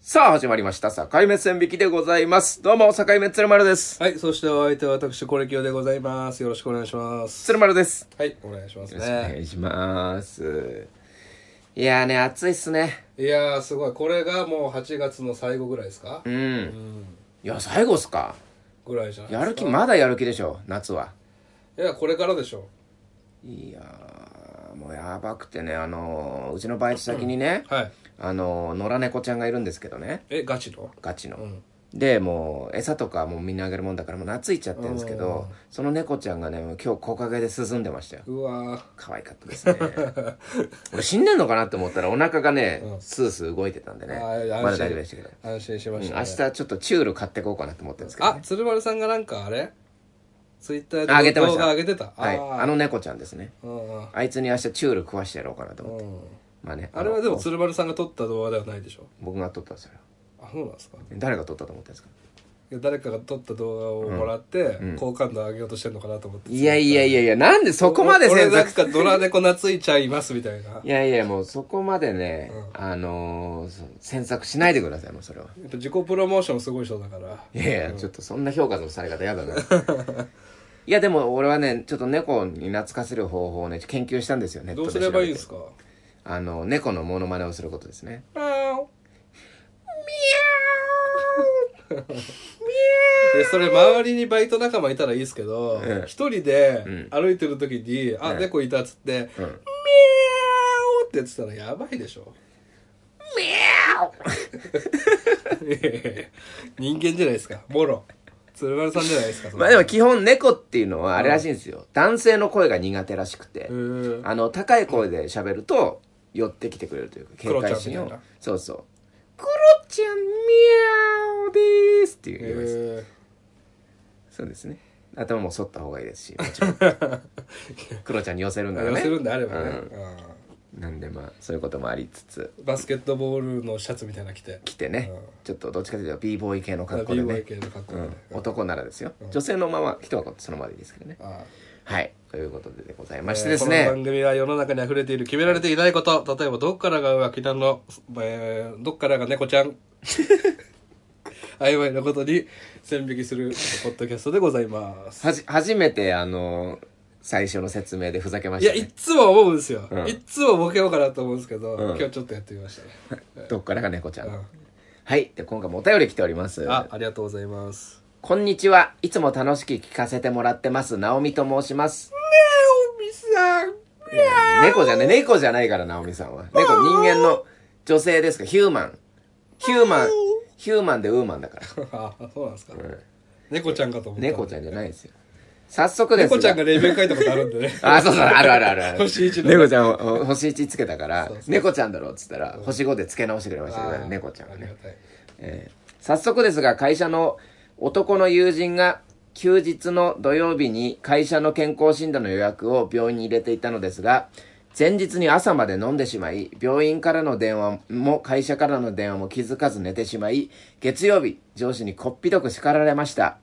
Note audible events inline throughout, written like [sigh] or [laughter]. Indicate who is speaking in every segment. Speaker 1: さあ、始まりました。境目線引きでございます。どうも、境目鶴丸です。
Speaker 2: はい、そしてお相手は私、コレキオでございます。よろしくお願いします。
Speaker 1: 鶴丸です。
Speaker 2: はい、お願いします
Speaker 1: よろしくお願
Speaker 2: ね。
Speaker 1: いします。いやーね、暑いっすね。
Speaker 2: いやー、すごい。これがもう8月の最後ぐらいですか
Speaker 1: うん。いや、最後っすか。
Speaker 2: ぐらいじゃない
Speaker 1: やる気、まだやる気でしょ、夏は。
Speaker 2: いや、これからでしょ。
Speaker 1: いやー、もうやばくてね、あのー、うちのバイト先にね、
Speaker 2: はい。
Speaker 1: あのー、野良猫ちゃんがいるんですけどね、
Speaker 2: え、ガチの
Speaker 1: ガチの。
Speaker 2: うん。
Speaker 1: でもう餌とかもうみんなあげるもんだからもう懐いちゃってるんですけどその猫ちゃんがねもう今日木陰で涼んでましたよ
Speaker 2: うわ
Speaker 1: 可愛かったですね俺死んでんのかなって思ったらお腹がね、スースー動いてたんでね
Speaker 2: ー、あー
Speaker 1: まだ大丈夫でしたけど、
Speaker 2: [laughs] 安心しま
Speaker 1: うん
Speaker 2: した、
Speaker 1: 明日ちょっとチュール買ってこうかなと思ってるんですけど、
Speaker 2: あ
Speaker 1: ね、、
Speaker 2: 鶴丸さんがなんかあれツイッター
Speaker 1: あ上げて
Speaker 2: で
Speaker 1: まし
Speaker 2: 動
Speaker 1: た
Speaker 2: 画上げてた。
Speaker 1: はい
Speaker 2: あ
Speaker 1: あの猫ちゃんですね
Speaker 2: ーうんうん
Speaker 1: あいつに明日チュール食わしてやろうかなと思って、
Speaker 2: うん
Speaker 1: まあね
Speaker 2: あれはでも鶴丸さんが撮った動画ではないでしょ。
Speaker 1: 僕が撮ったんですよ
Speaker 2: あ、そうなんですか
Speaker 1: 誰が撮ったと思ってるんですか
Speaker 2: いや誰かが撮った動画をもらって、好感度上げようとしてるのかなと思って。
Speaker 1: いやいやいやいやなんでそこまで
Speaker 2: 俺
Speaker 1: 詮
Speaker 2: なん
Speaker 1: 索
Speaker 2: かドラ猫懐いちゃいますみたいな。や
Speaker 1: いやいやもうそこまでね、あのーそう詮索しないでくださいもうそれは
Speaker 2: っぱ自己プロモーションすごい人だから。
Speaker 1: いやいや、ちょっとそんな評価のされ方やだ
Speaker 2: [laughs]
Speaker 1: ないやでも俺はねちょっと猫に懐かせる方法をね研究したんですよね
Speaker 2: どうすればいいんです
Speaker 1: か
Speaker 2: か
Speaker 1: あの猫のモノマネをすることですね
Speaker 2: あでそれ周りにバイト仲間いたらいいですけど
Speaker 1: ええ
Speaker 2: 一、人で歩いてる時に「あ猫いた」っつって「ミャーオ!」って言ってたらやばいでしょ [laughs] いやいやいや人間じゃないですかもろ鶴丸さんじゃないですかそれ
Speaker 1: まあでも基本猫っていうのはあれらしいんですよ、男性の声が苦手らしくて、
Speaker 2: へえ
Speaker 1: あの高い声で喋ると寄ってきてくれるというか
Speaker 2: クロ
Speaker 1: 警
Speaker 2: ちゃ
Speaker 1: 戒
Speaker 2: んみ
Speaker 1: 心
Speaker 2: たいな
Speaker 1: をそうそう「クロちゃんミャオでーす」っていう言います、
Speaker 2: え
Speaker 1: そうですね頭も剃った方がいいですしもちろ
Speaker 2: [laughs]
Speaker 1: んクロちゃんに寄せるんだ
Speaker 2: ー
Speaker 1: ら
Speaker 2: 寄
Speaker 1: ね
Speaker 2: せるんであれば
Speaker 1: う
Speaker 2: ね、
Speaker 1: んなんでまあそういうこともありつつ
Speaker 2: うんバスケットボールのシャツみたいなの着て
Speaker 1: 来てね、
Speaker 2: うん
Speaker 1: ちょっとどっちかというと b ボーイ系の格好で
Speaker 2: b ボ
Speaker 1: ね
Speaker 2: イ、系の格好
Speaker 1: う
Speaker 2: で、
Speaker 1: ん、男ならですよ、女性のまま一箱そのままでいいですけどね
Speaker 2: ああ
Speaker 1: はいということでございましてです
Speaker 2: えーこの
Speaker 1: ね、
Speaker 2: 番組は世の中に溢れている決められていないこと例えばどっからが浮気なの、えーどっからが猫ちゃん曖昧なことに線引きするポッドキャストでございます
Speaker 1: はじ初めてあの最初の説明でふざけま
Speaker 2: い
Speaker 1: し
Speaker 2: や
Speaker 1: た、
Speaker 2: いっ
Speaker 1: ね、
Speaker 2: つも思うんですよ、
Speaker 1: うん
Speaker 2: いっつもボケようかなと思うんですけど、
Speaker 1: うん
Speaker 2: 今日ちょっとやってみましたね、
Speaker 1: どっからが猫ちゃん、
Speaker 2: うん
Speaker 1: はいで今回もお便り来ております
Speaker 2: あありがとうございます
Speaker 1: こんにちはいつも楽しく聞かせてもらってます直美と申します
Speaker 2: おみさん
Speaker 1: いや猫じゃね猫じゃないから直美さんは猫人間の女性ですかヒューマンヒューマンヒューマンでウーマンだから
Speaker 2: [laughs] あそうなんですか、猫ちゃんかと思った
Speaker 1: 猫ちゃんじゃないですよ早速です
Speaker 2: 猫ちゃんが
Speaker 1: が
Speaker 2: レビュー書いたことあるんでね
Speaker 1: あそうそうあるあるあるある
Speaker 2: [laughs] 星一の
Speaker 1: 猫ちゃんをお星1つけたから
Speaker 2: そうそう
Speaker 1: 猫ちゃんだろっつったら星5で付け直してくれましたけ
Speaker 2: あ
Speaker 1: ど
Speaker 2: ー
Speaker 1: 猫ちゃんが
Speaker 2: ありが
Speaker 1: ね、
Speaker 2: たい
Speaker 1: えー早速ですが会社の男の友人が休日の土曜日に会社の健康診断の予約を病院に入れていたのですが前日に朝まで飲んでしまい病院からの電話も会社からの電話も気づかず寝てしまい月曜日上司にこっぴどく叱られました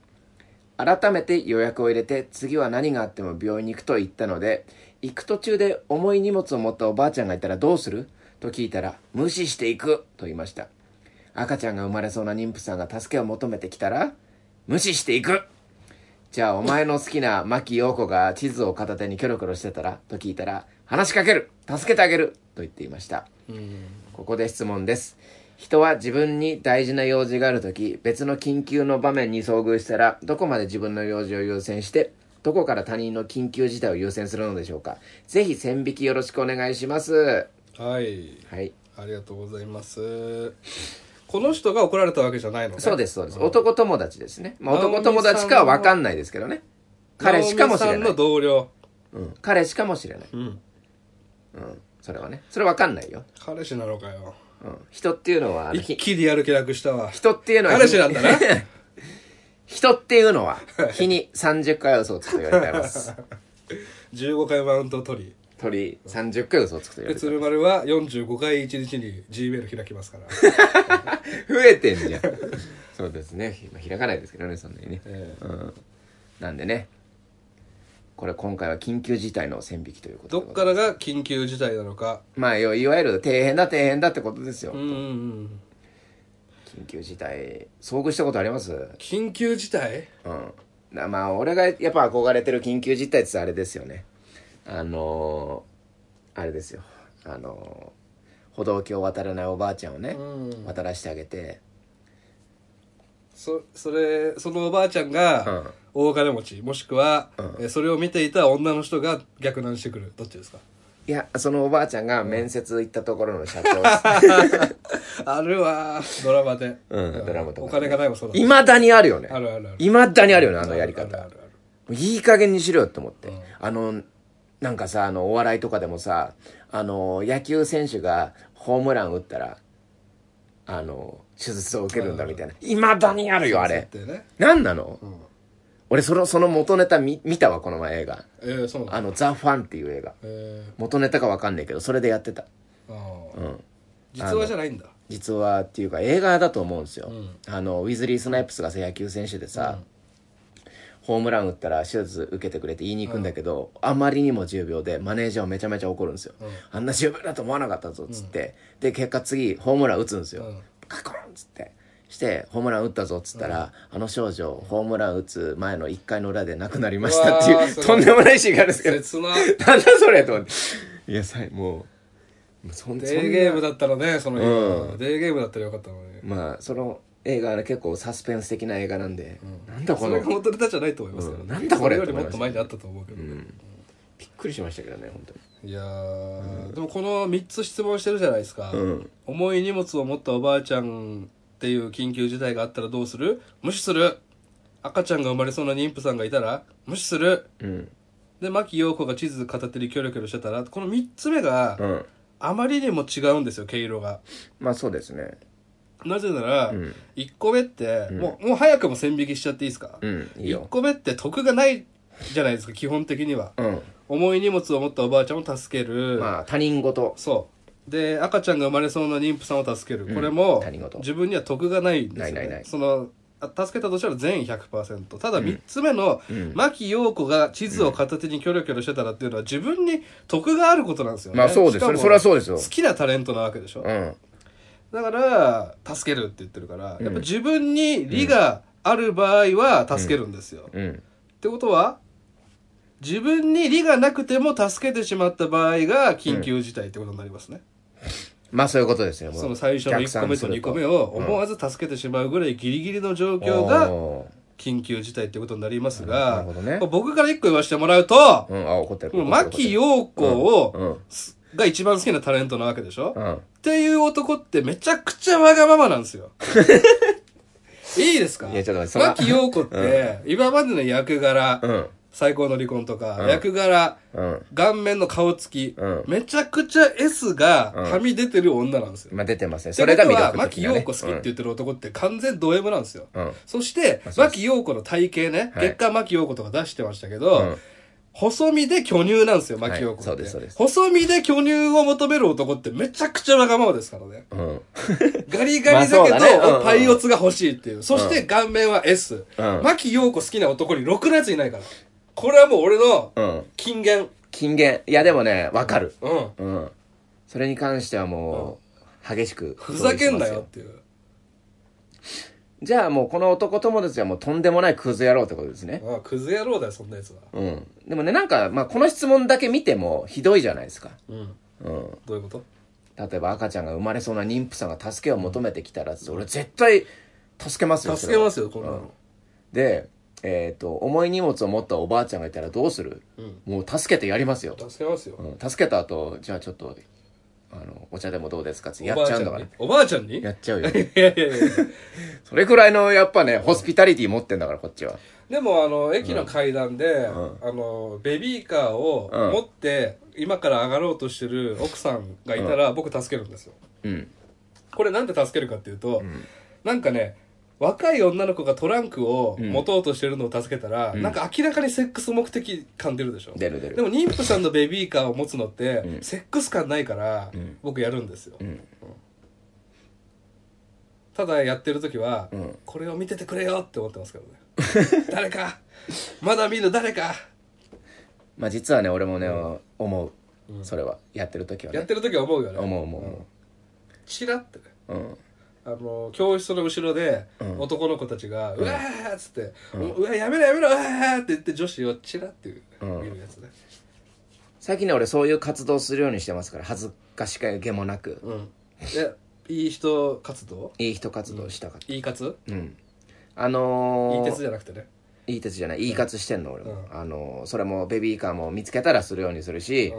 Speaker 1: 改めて予約を入れて次は何があっても病院に行くと言ったので行く途中で重い荷物を持ったおばあちゃんがいたらどうすると聞いたら無視していくと言いました赤ちゃんが生まれそうな妊婦さんが助けを求めてきたら無視していくじゃあお前の好きな牧陽子が地図を片手にキョロキョロしてたらと聞いたら話しかける助けてあげると言っていましたここで質問です。人は自分に大事な用事があるとき、別の緊急の場面に遭遇したら、どこまで自分の用事を優先して、どこから他人の緊急事態を優先するのでしょうか。ぜひ線引きよろしくお願いします。
Speaker 2: はい
Speaker 1: はい。
Speaker 2: ありがとうございます。この人が怒られたわけじゃないのね。
Speaker 1: そうです、そうです。男友達ですね。まあ、
Speaker 2: 直美
Speaker 1: 男友達かは分かんないですけどね。彼氏かもしれ
Speaker 2: 直美
Speaker 1: な
Speaker 2: さん
Speaker 1: い
Speaker 2: の。同僚。
Speaker 1: うん、彼氏かもしれない。
Speaker 2: うん。
Speaker 1: うん。それはね。それ分かんないよ。
Speaker 2: 彼氏なのかよ。
Speaker 1: うん。人っていうのは、あの
Speaker 2: 一
Speaker 1: ひ
Speaker 2: 気にやる気なくしたわ。
Speaker 1: 人っていうのは、
Speaker 2: 彼氏なんだな。
Speaker 1: [laughs] 人っていうのは、日に30回嘘をつくと言われてい [laughs] ます。
Speaker 2: 15回マウントを取り。
Speaker 1: 鳥30回嘘をつくと言われ
Speaker 2: で、
Speaker 1: てる
Speaker 2: 鶴丸は45回1日に G メール開きま
Speaker 1: [laughs]
Speaker 2: すから。
Speaker 1: 増えてんじゃん [laughs] そうですね、まあ、開かないですけどねそんなにね、
Speaker 2: ええ
Speaker 1: うん、なんでねこれ今回は緊急事態の線引きということ
Speaker 2: ど
Speaker 1: で
Speaker 2: っからが緊急事態なのか。
Speaker 1: まあよいわゆる底辺だ底辺だってことですよ、
Speaker 2: うんうんうん。
Speaker 1: 緊急事態遭遇したことあります
Speaker 2: 緊急事態
Speaker 1: うんなまあ俺がやっぱ憧れてる緊急事態ってあれですよねあのー、あれですよあのー、歩道橋を渡らないおばあちゃんをね、
Speaker 2: うん
Speaker 1: 渡らせてあげて
Speaker 2: そそれそのおばあちゃんが
Speaker 1: うん
Speaker 2: 大金持ちもしくは、えーそれを見ていた女の人が逆難してくるどっちですか [laughs]
Speaker 1: いやそのおばあちゃんが面接行ったところの社 [laughs] 長です
Speaker 2: あるわドラマで、
Speaker 1: うんドラマとか
Speaker 2: お金がないもそうだ
Speaker 1: いまだにあるよね
Speaker 2: あるあるある
Speaker 1: いまだにあるよねあのやり
Speaker 2: あるあ
Speaker 1: 方
Speaker 2: るある
Speaker 1: いい加減にしろよって思って、あのなんかさあのお笑いとかでもさあの野球選手がホームラン打ったらあの手術を受けるんだみたいないまだにあるよあれ
Speaker 2: 設定ね
Speaker 1: 何なの、俺そのその元ネタ見見たわこの前映画
Speaker 2: えー、そうなんだ
Speaker 1: あの「ザ・ファン」っていう映画
Speaker 2: え
Speaker 1: 元ネタかわかんないけどそれでやってた
Speaker 2: ー、あー
Speaker 1: うん
Speaker 2: 実話じゃないんだ
Speaker 1: 実はっていうか映画だと思うんですよ、あのウィズリー・スナイプスがさ野球選手でさ、ホームラン打ったら手術受けてくれって言いに行くんだけど、あまりにも10秒でマネージャーをめちゃめちゃ怒るんですよ、あんな10秒だと思わなかったぞっつって、で結果次ホームラン打つんですよ、
Speaker 2: ん
Speaker 1: カコンっつってしてホームラン打ったぞっつったら、あの少女ホームラン打つ前の1回の裏で亡くなりましたって
Speaker 2: うわ
Speaker 1: いう
Speaker 2: ーすごい
Speaker 1: とんでもないシーンがあるんですけど
Speaker 2: 切な
Speaker 1: [laughs] なんだそれと思っていやさもうもうそんそん
Speaker 2: デーゲームだったらねその日、デーゲームだったらよかったのに、
Speaker 1: まあその映画はね結構サスペンス的な映画なんで、なんだこ
Speaker 2: それ
Speaker 1: の
Speaker 2: が元ネタじゃないと思いますよ、
Speaker 1: うんなんだこれ
Speaker 2: そよりもっと前にあったと思うけど、ね
Speaker 1: びっくりしましたけどね本当に
Speaker 2: いやー、でもこの3つ質問してるじゃないですか、
Speaker 1: うん
Speaker 2: 重い荷物を持ったおばあちゃんっていう緊急事態があったらどうする無視する赤ちゃんが生まれそうな妊婦さんがいたら無視する
Speaker 1: うん
Speaker 2: で牧陽子が地図片手にキョロキョロしてたらこの3つ目が、
Speaker 1: うん
Speaker 2: あまりにも違うんですよ毛色が
Speaker 1: まあそうですね
Speaker 2: なぜなら、
Speaker 1: ん
Speaker 2: 1個目って、もうもう早くも線引きしちゃっていいですか、
Speaker 1: うんいい
Speaker 2: 1
Speaker 1: よ
Speaker 2: 個目って得がないじゃないですか基本的には、
Speaker 1: うん
Speaker 2: 重い荷物を持ったおばあちゃんを助ける、
Speaker 1: まあ他人事
Speaker 2: そうで赤ちゃんが生まれそうな妊婦さんを助ける、これも
Speaker 1: 他人事
Speaker 2: 自分には得がないんですよ、ね、
Speaker 1: ないないない
Speaker 2: そのあ助けたとしたら全員100%ただ3つ目の、牧陽子が地図を片手にキョロキョロしてたらっていうのは自分に得があることなんですよね、
Speaker 1: まあそうです
Speaker 2: しかも
Speaker 1: それそれはそうですよ
Speaker 2: 好きなタレントなわけでしょ、
Speaker 1: うん
Speaker 2: だから助けるって言ってるから、やっぱ自分に利がある場合は助けるんですよ、
Speaker 1: うん
Speaker 2: ってことは自分に利がなくても助けてしまった場合が緊急事態ってことになりますね、
Speaker 1: まあそういうことですよもう
Speaker 2: その最初の1個目と2個目を思わず助けてしまうぐらいギリギリの状況が
Speaker 1: おー
Speaker 2: 緊急事態ってことになりま
Speaker 1: な
Speaker 2: すが、
Speaker 1: るほどね
Speaker 2: 僕から1個言わせてもらうと、
Speaker 1: うんあ怒ってる
Speaker 2: もう
Speaker 1: 怒って
Speaker 2: 牧
Speaker 1: る
Speaker 2: 陽子を、
Speaker 1: うんうん
Speaker 2: すが一番好きなタレントなわけでしょ、
Speaker 1: う
Speaker 2: っ
Speaker 1: ん
Speaker 2: ていう男ってめちゃくちゃわがままなんです
Speaker 1: [laughs]
Speaker 2: よ。いいですか
Speaker 1: いやちょっと待ってその
Speaker 2: 牧陽子って、今までの役柄、
Speaker 1: うん
Speaker 2: 最高の離婚とか、役柄、
Speaker 1: うん
Speaker 2: 顔面の顔つき、
Speaker 1: うん
Speaker 2: めちゃくちゃ S がはみ出てる女なんですよ。
Speaker 1: まあ出てますね
Speaker 2: そ
Speaker 1: そ
Speaker 2: れ
Speaker 1: れ
Speaker 2: が
Speaker 1: が魅
Speaker 2: 魅力
Speaker 1: 力
Speaker 2: 牧
Speaker 1: 的
Speaker 2: 陽
Speaker 1: なね
Speaker 2: 子好きって言ってる男って完全ド M なんですよ。
Speaker 1: うん
Speaker 2: そして、牧陽子の体型ね、
Speaker 1: はい
Speaker 2: 月刊牧陽子とか出してましたけど、
Speaker 1: うん
Speaker 2: 細身で巨乳なんですよ、牧陽子って、
Speaker 1: はいそうですそうです
Speaker 2: 細身で巨乳を求める男ってめちゃくちゃわがままですからね。
Speaker 1: うんうん
Speaker 2: ガリガリ
Speaker 1: ま
Speaker 2: だ
Speaker 1: あそう
Speaker 2: けど、
Speaker 1: だねうんうん
Speaker 2: パイオツが欲しいっていう。そして顔面は S。
Speaker 1: うん
Speaker 2: 牧陽子好きな男にろくなやついないから。これはもう俺の
Speaker 1: うん
Speaker 2: 金言。
Speaker 1: 金言いやでもねわかる
Speaker 2: うん。
Speaker 1: うんそれに関してはもう激しく
Speaker 2: ふざけん
Speaker 1: 同意し
Speaker 2: な
Speaker 1: ます
Speaker 2: よっていう。
Speaker 1: じゃあもうこの男友達はもうとんでもないクズ野郎ってことですね。
Speaker 2: ああ、クズ野郎だよ、そんなやつは。
Speaker 1: うん。でもね、なんか、まあこの質問だけ見てもひどいじゃないですか。
Speaker 2: うん。
Speaker 1: うん。
Speaker 2: どういうこと
Speaker 1: 例えば赤ちゃんが生まれそうな妊婦さんが助けを求めてきたら、俺絶対助けますよ。。
Speaker 2: 助けますすよ、こんなの。
Speaker 1: で、えっ、と、重い荷物を持ったおばあちゃんがいたらどうする、もう助けてやりますよ。
Speaker 2: 助けますよ。
Speaker 1: うん、助けた後、じゃあちょっと、あの、お茶でもどうですかってやっちゃうんだから。
Speaker 2: おばあちゃんにおば
Speaker 1: や
Speaker 2: あ
Speaker 1: っちゃうよ。
Speaker 2: ちゃんにいやいやいや。
Speaker 1: それくらいの、やっぱね、ホスピタリティ持ってんだから、こっちは。
Speaker 2: でも、あの、駅の階段で、あの、ベビーカーを
Speaker 1: うん
Speaker 2: 持って、今から上がろうとしてる奥さんがいたら、僕助けるんですよ。
Speaker 1: うん。
Speaker 2: これなんで助けるかっていうと、なんかね、若い女の子がトランクを持とうとしてるのを助けたら、なんか明らかにセックス目的感出るでしょ
Speaker 1: 出る出る
Speaker 2: でも妊婦さんのベビーカーを持つのって、セックス感ないから、僕やるんですよ、うんただやってる時は、
Speaker 1: ん
Speaker 2: これを見ててくれよって思ってますけどね誰かまだ見る誰か
Speaker 1: まあ実はね俺もね、思う、それはやってる時は
Speaker 2: やっ
Speaker 1: ね
Speaker 2: てる時は思うよね
Speaker 1: 思う思う思
Speaker 2: チラってね
Speaker 1: ううん
Speaker 2: あの教室の後ろで
Speaker 1: うん
Speaker 2: 男の子たちが「うわ!」っつって「うわやめろやめろうわ!」って言って女子をチラっていう
Speaker 1: うん
Speaker 2: 見るやつね
Speaker 1: 最近ね俺そういう活動するようにしてますから恥ずかしげもなく
Speaker 2: うんえいい人活動
Speaker 1: いい人活動したかっ
Speaker 2: いい活
Speaker 1: たうん、あの
Speaker 2: い
Speaker 1: ー、
Speaker 2: い鉄じゃなくてね
Speaker 1: いい鉄じゃないいい活してんの俺も、
Speaker 2: うん
Speaker 1: あのーそれもベビーカーも見つけたらするようにするし、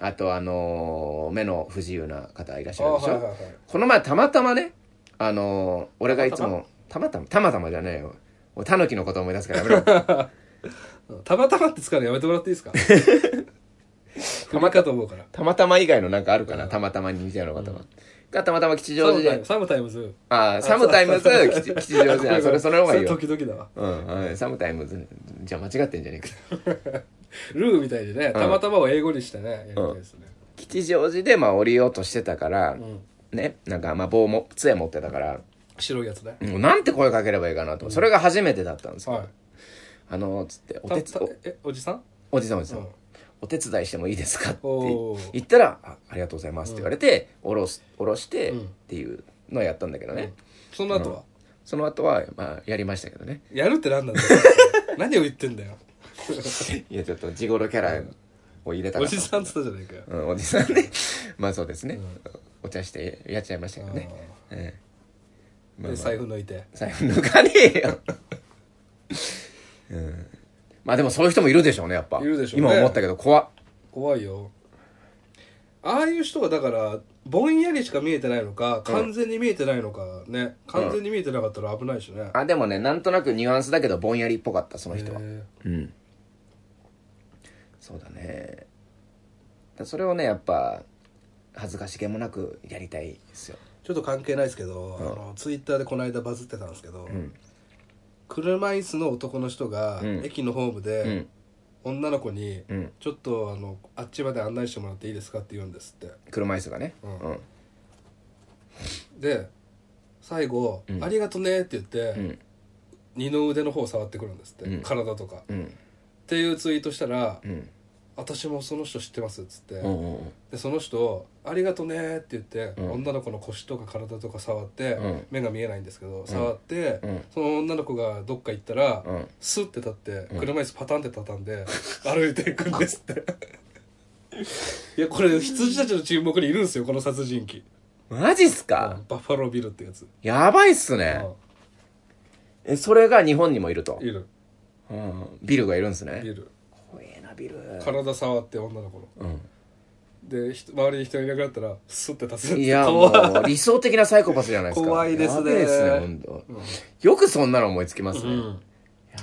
Speaker 1: あとあのー目の不自由な方いらっしゃるでしょ、
Speaker 2: あはいはいはい
Speaker 1: この前たまたまねあのー俺がいつもたまたまたまたまじゃないよ俺タヌキのこと思い出すからやめろ
Speaker 2: うんたまたまって使うのやめてもらっていいで
Speaker 1: [laughs]
Speaker 2: すか振りかと思うから
Speaker 1: たまたま以外のなんかあるかな、たまたまに似たようなことが、がたまたま吉祥寺で
Speaker 2: サムタイムズ
Speaker 1: あーサムタイムズ [laughs] 吉吉祥寺
Speaker 2: [laughs]
Speaker 1: あそれその方がいいよ
Speaker 2: 時々だわ
Speaker 1: うん、うん、サムタイムズじゃあ間違ってんじゃねえか
Speaker 2: ルーみたいにねたまたまを英語にしてねやりたいですね
Speaker 1: 吉祥寺でまあ降りようとしてたから、
Speaker 2: ん
Speaker 1: ねなんかまあ棒も杖持ってたから、
Speaker 2: 白いやつね
Speaker 1: うんなんて声かければいいかなと、それが初めてだったんですよ、
Speaker 2: は
Speaker 1: あのーつってお
Speaker 2: い
Speaker 1: 手
Speaker 2: た
Speaker 1: つ
Speaker 2: たえおじさん
Speaker 1: おおじさんおじさん、
Speaker 2: うん
Speaker 1: お手伝いしてもいいですかって
Speaker 2: おー
Speaker 1: 言ったらあ「ありがとうございます」って言われて下ろす下ろしてっ
Speaker 2: うん
Speaker 1: ていうのをやったんだけどね、
Speaker 2: その後は
Speaker 1: その後はまあやりましたけどね
Speaker 2: やるってなんなんだよ何を言ってんだよ
Speaker 1: [laughs] いやちょっと地頃キャラを入れたか
Speaker 2: お
Speaker 1: った
Speaker 2: じさんっつったじゃないかよ
Speaker 1: うん、おじさんね [laughs] まあそうですね、お茶してやっちゃいましたけどね、ええまあ
Speaker 2: で財布抜いて
Speaker 1: 財布抜かねえよ、うん、まあでもそういう人もいるでしょうねやっぱ
Speaker 2: いるでしょうね
Speaker 1: 今思ったけど怖っ
Speaker 2: 怖いよああいう人がだからぼんやりしか見えてないのか完全に見えてないのかね完全に見えてなかったら危ないしね
Speaker 1: あでもねなんとなくニュアンスだけどぼんやりっぽかったその人は
Speaker 2: へ
Speaker 1: うんそうだねだそれをねやっぱ恥ずかしげもなくやりたいですよ
Speaker 2: えちょっと関係ないですけど、あのツイッターでこの間バズってたんですけど、
Speaker 1: ん
Speaker 2: 車椅子の男の人が、
Speaker 1: うん
Speaker 2: 駅のホーム
Speaker 1: う
Speaker 2: で
Speaker 1: ん、
Speaker 2: 女の子に、
Speaker 1: うん、
Speaker 2: ちょっとあのあっちまで案内してもらっていいですかって言うんですって
Speaker 1: 車椅子がね
Speaker 2: うん
Speaker 1: うん
Speaker 2: で最後、
Speaker 1: うん
Speaker 2: ありがとね」って言って、
Speaker 1: うん
Speaker 2: 二の腕の方触ってくるんですって、
Speaker 1: うん
Speaker 2: 体とか、っ
Speaker 1: うん
Speaker 2: ていうツイートしたら「
Speaker 1: うん
Speaker 2: 私もその人知ってます」っつって、
Speaker 1: うんうん
Speaker 2: でその人「ありがとね」って言って、
Speaker 1: うん
Speaker 2: 女の子の腰とか体とか触って、
Speaker 1: うん
Speaker 2: 目が見えないんですけど触って、
Speaker 1: うん
Speaker 2: その女の子がどっか行ったら、
Speaker 1: うん
Speaker 2: スッて立って車椅子パタンって畳んで、 [laughs] 歩いていくんですって
Speaker 1: [laughs]
Speaker 2: いやこれ羊たちの注目にいるんですよこの殺人鬼
Speaker 1: マジっす
Speaker 2: バ
Speaker 1: か、
Speaker 2: ッファロービルってやつ、
Speaker 1: やばいっすね、えそれが日本にもいると
Speaker 2: うん、いる
Speaker 1: うん、ビルがいるんですね
Speaker 2: いる
Speaker 1: 怖えなビル
Speaker 2: 体触って女の子の
Speaker 1: う
Speaker 2: でひ周りに人いなくなったらスッて立つ
Speaker 1: ん、いやもう理想的なサイコパスじゃないですか
Speaker 2: 怖いですね
Speaker 1: やべえっすね本当、よくそんなの思いつきます
Speaker 2: う
Speaker 1: ね、
Speaker 2: ん、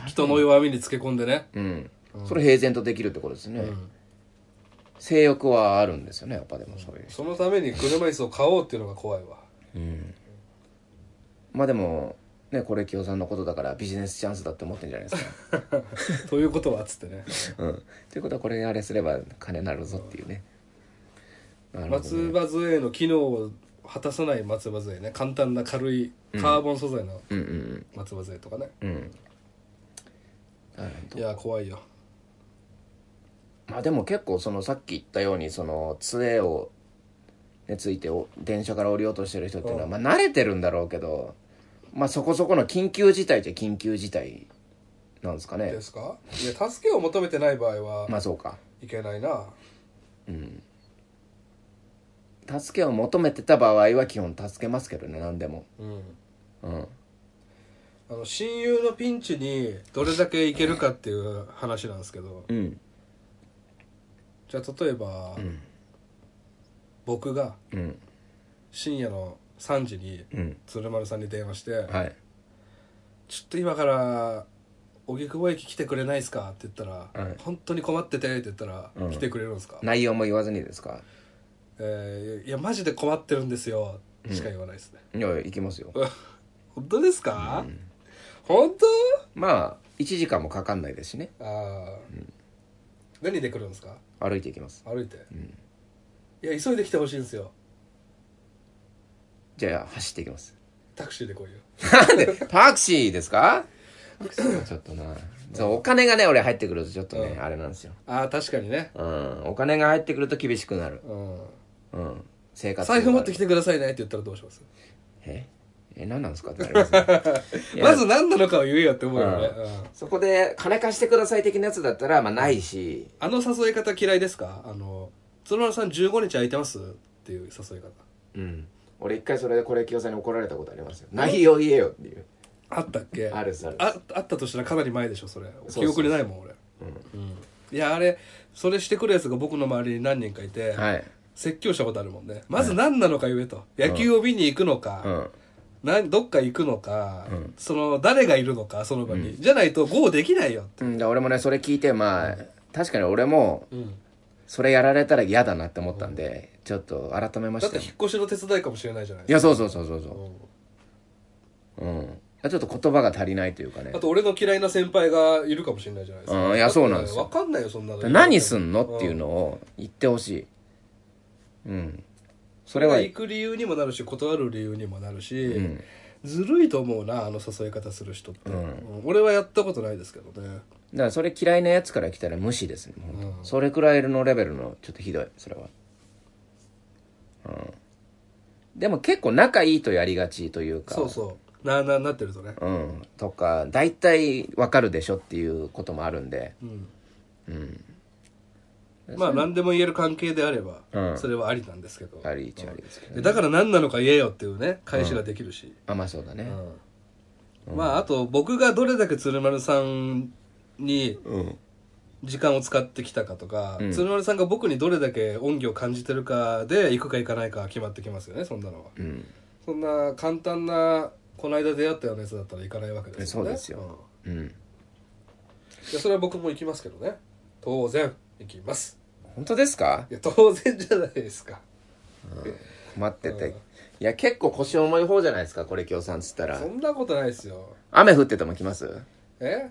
Speaker 2: 人の弱みにつけ込んでね、
Speaker 1: うんそれ平然とできるってことですね、
Speaker 2: うん
Speaker 1: 性欲はあるんですよねやっぱでもそういう、
Speaker 2: そのために車椅子を買おうっていうのが怖い
Speaker 1: [laughs]
Speaker 2: わ
Speaker 1: うん、まあでもねこれ清さんのことだからビジネスチャンスだって思ってんじゃないですか、
Speaker 2: ということはっつってね
Speaker 1: うん、ということはこれあれすれば金なるぞっていうね、なるほどね
Speaker 2: 松葉杖の機能を果たさない松葉杖ね簡単な軽いカーボン素材の
Speaker 1: うんうん
Speaker 2: 松葉杖とかね、
Speaker 1: うんうんあ
Speaker 2: いや怖いよ
Speaker 1: まあでも結構そのさっき言ったようにその杖を、ね、ついてお電車から降りようとしてる人っていうのはまあ慣れてるんだろうけどまあそこそこの緊急事態じゃ緊急事態なんですかね
Speaker 2: ですかいや助けを求めてない場合は
Speaker 1: まあそうか
Speaker 2: いけないな
Speaker 1: 助けを求めてた場合は基本助けますけどね何でも
Speaker 2: うん
Speaker 1: うん
Speaker 2: あの親友のピンチにどれだけいけるかっていう話なんですけど
Speaker 1: うん
Speaker 2: じゃあ例えば、僕が
Speaker 1: うん
Speaker 2: 深夜の3時に
Speaker 1: うん
Speaker 2: 鶴丸さんに電話して、
Speaker 1: はい
Speaker 2: ちょっと今から荻窪駅来てくれないですか?」って言ったら、
Speaker 1: はい
Speaker 2: 本当に困ってて」って言ったら、来てくれるんですか、
Speaker 1: 内容も言わずにですか
Speaker 2: えーいやマジで困ってるんですよ」しか言わないですね、 [laughs]
Speaker 1: いや行きますよ
Speaker 2: 本当ですか、本当
Speaker 1: まあ1時間もかかんないですしね
Speaker 2: ああ、何で来るんですか
Speaker 1: 歩いていきます
Speaker 2: 歩いて、いや急いで来てほしいんですよ
Speaker 1: じゃあ走っていきます
Speaker 2: タクシーで来いよ
Speaker 1: なんでタクシーですかちょっとなそうお金がね俺入ってくるとちょっとね、あれなんですよ
Speaker 2: ああ確かにね
Speaker 1: うんお金が入ってくると厳しくなる
Speaker 2: うん
Speaker 1: うん生活
Speaker 2: 財布持ってきてくださいねって言ったらどうします
Speaker 1: ええ何なんですかってなりますねいや
Speaker 2: まず何なのかを言えよって思うよね、うん
Speaker 1: [laughs] そこで金貸してください的なやつだったらまあないし、
Speaker 2: あの誘い方嫌いですかあの鶴丸さん15日空いてますっていう誘い方
Speaker 1: うん、俺一回それでこれ清さんに怒られたことありますよ内容言えよっていう
Speaker 2: あったっけ
Speaker 1: あるですあるです
Speaker 2: ああったとしたらかなり前でしょそれ
Speaker 1: そう
Speaker 2: 記憶にないもん俺うんいやあれそれしてくるやつが僕の周りに何人かいて、
Speaker 1: はい
Speaker 2: 説教したことあるもんねまず何なのか言えと、野球を見に行くの
Speaker 1: う
Speaker 2: か、
Speaker 1: ん
Speaker 2: なんどっか行くのか、
Speaker 1: ん
Speaker 2: その誰がいるのかその場に、じゃないとゴーできないよって、
Speaker 1: うん、だから俺もねそれ聞いてまあ確かに俺もそれやられたら嫌だなって思ったんで、ちょっと改めま
Speaker 2: だ
Speaker 1: し
Speaker 2: ったて
Speaker 1: よ
Speaker 2: 引っ越しの手伝いかもしれないじゃない
Speaker 1: いやそうそうそうそうそ
Speaker 2: うん
Speaker 1: ううんちょっと言葉が足りないというかね
Speaker 2: あと俺の嫌いな先輩がいるかもしれないじゃないですか。
Speaker 1: うんいやそうなんですよ
Speaker 2: わかんないよ、そんなの。
Speaker 1: 何すんのっていう
Speaker 2: の。
Speaker 1: のを言ってほしいうんそ
Speaker 2: そ
Speaker 1: れ
Speaker 2: れ
Speaker 1: は
Speaker 2: はい
Speaker 1: い
Speaker 2: 行く理由にもなるし、断る理由にもなるし、
Speaker 1: ん
Speaker 2: ずるいと思うな、あの誘い方する人って。うん俺はやったことないですけどね。
Speaker 1: だからそれ嫌いなやつから来たら無視ですね本当、それくらいのレベルのちょっとひどいそれはうんでも結構仲いいとやりがちというか
Speaker 2: そうそう。なあなあになってるとね。
Speaker 1: うんとか大体わかるでしょっていうこともあるんで
Speaker 2: うん
Speaker 1: うん
Speaker 2: まあ何でも言える関係であれば、
Speaker 1: うん
Speaker 2: それはありなんですけど。
Speaker 1: あり一ありですけど、ね
Speaker 2: でだから何なのか言えよっていうね、返しができるし。
Speaker 1: あまあそうだね
Speaker 2: うんまああと僕がどれだけ鶴丸さんに
Speaker 1: うん
Speaker 2: 時間を使ってきたかとか、
Speaker 1: うん
Speaker 2: 鶴丸さんが僕にどれだけ恩義を感じてるかで行くか行かないかは決まってきますよねそんなのは
Speaker 1: うん
Speaker 2: そんな簡単なこの間出会ったようなやつだったら行かないわけですよね
Speaker 1: そうですようん
Speaker 2: んいやそれは僕も行きますけどね当然行きます
Speaker 1: 本当ですか
Speaker 2: いや当然じゃないですか
Speaker 1: 困ってて、
Speaker 2: うん
Speaker 1: いや結構腰重い方じゃないですかこれ今日さんっつったら
Speaker 2: そんなことないですよ
Speaker 1: 雨降ってても来ます
Speaker 2: え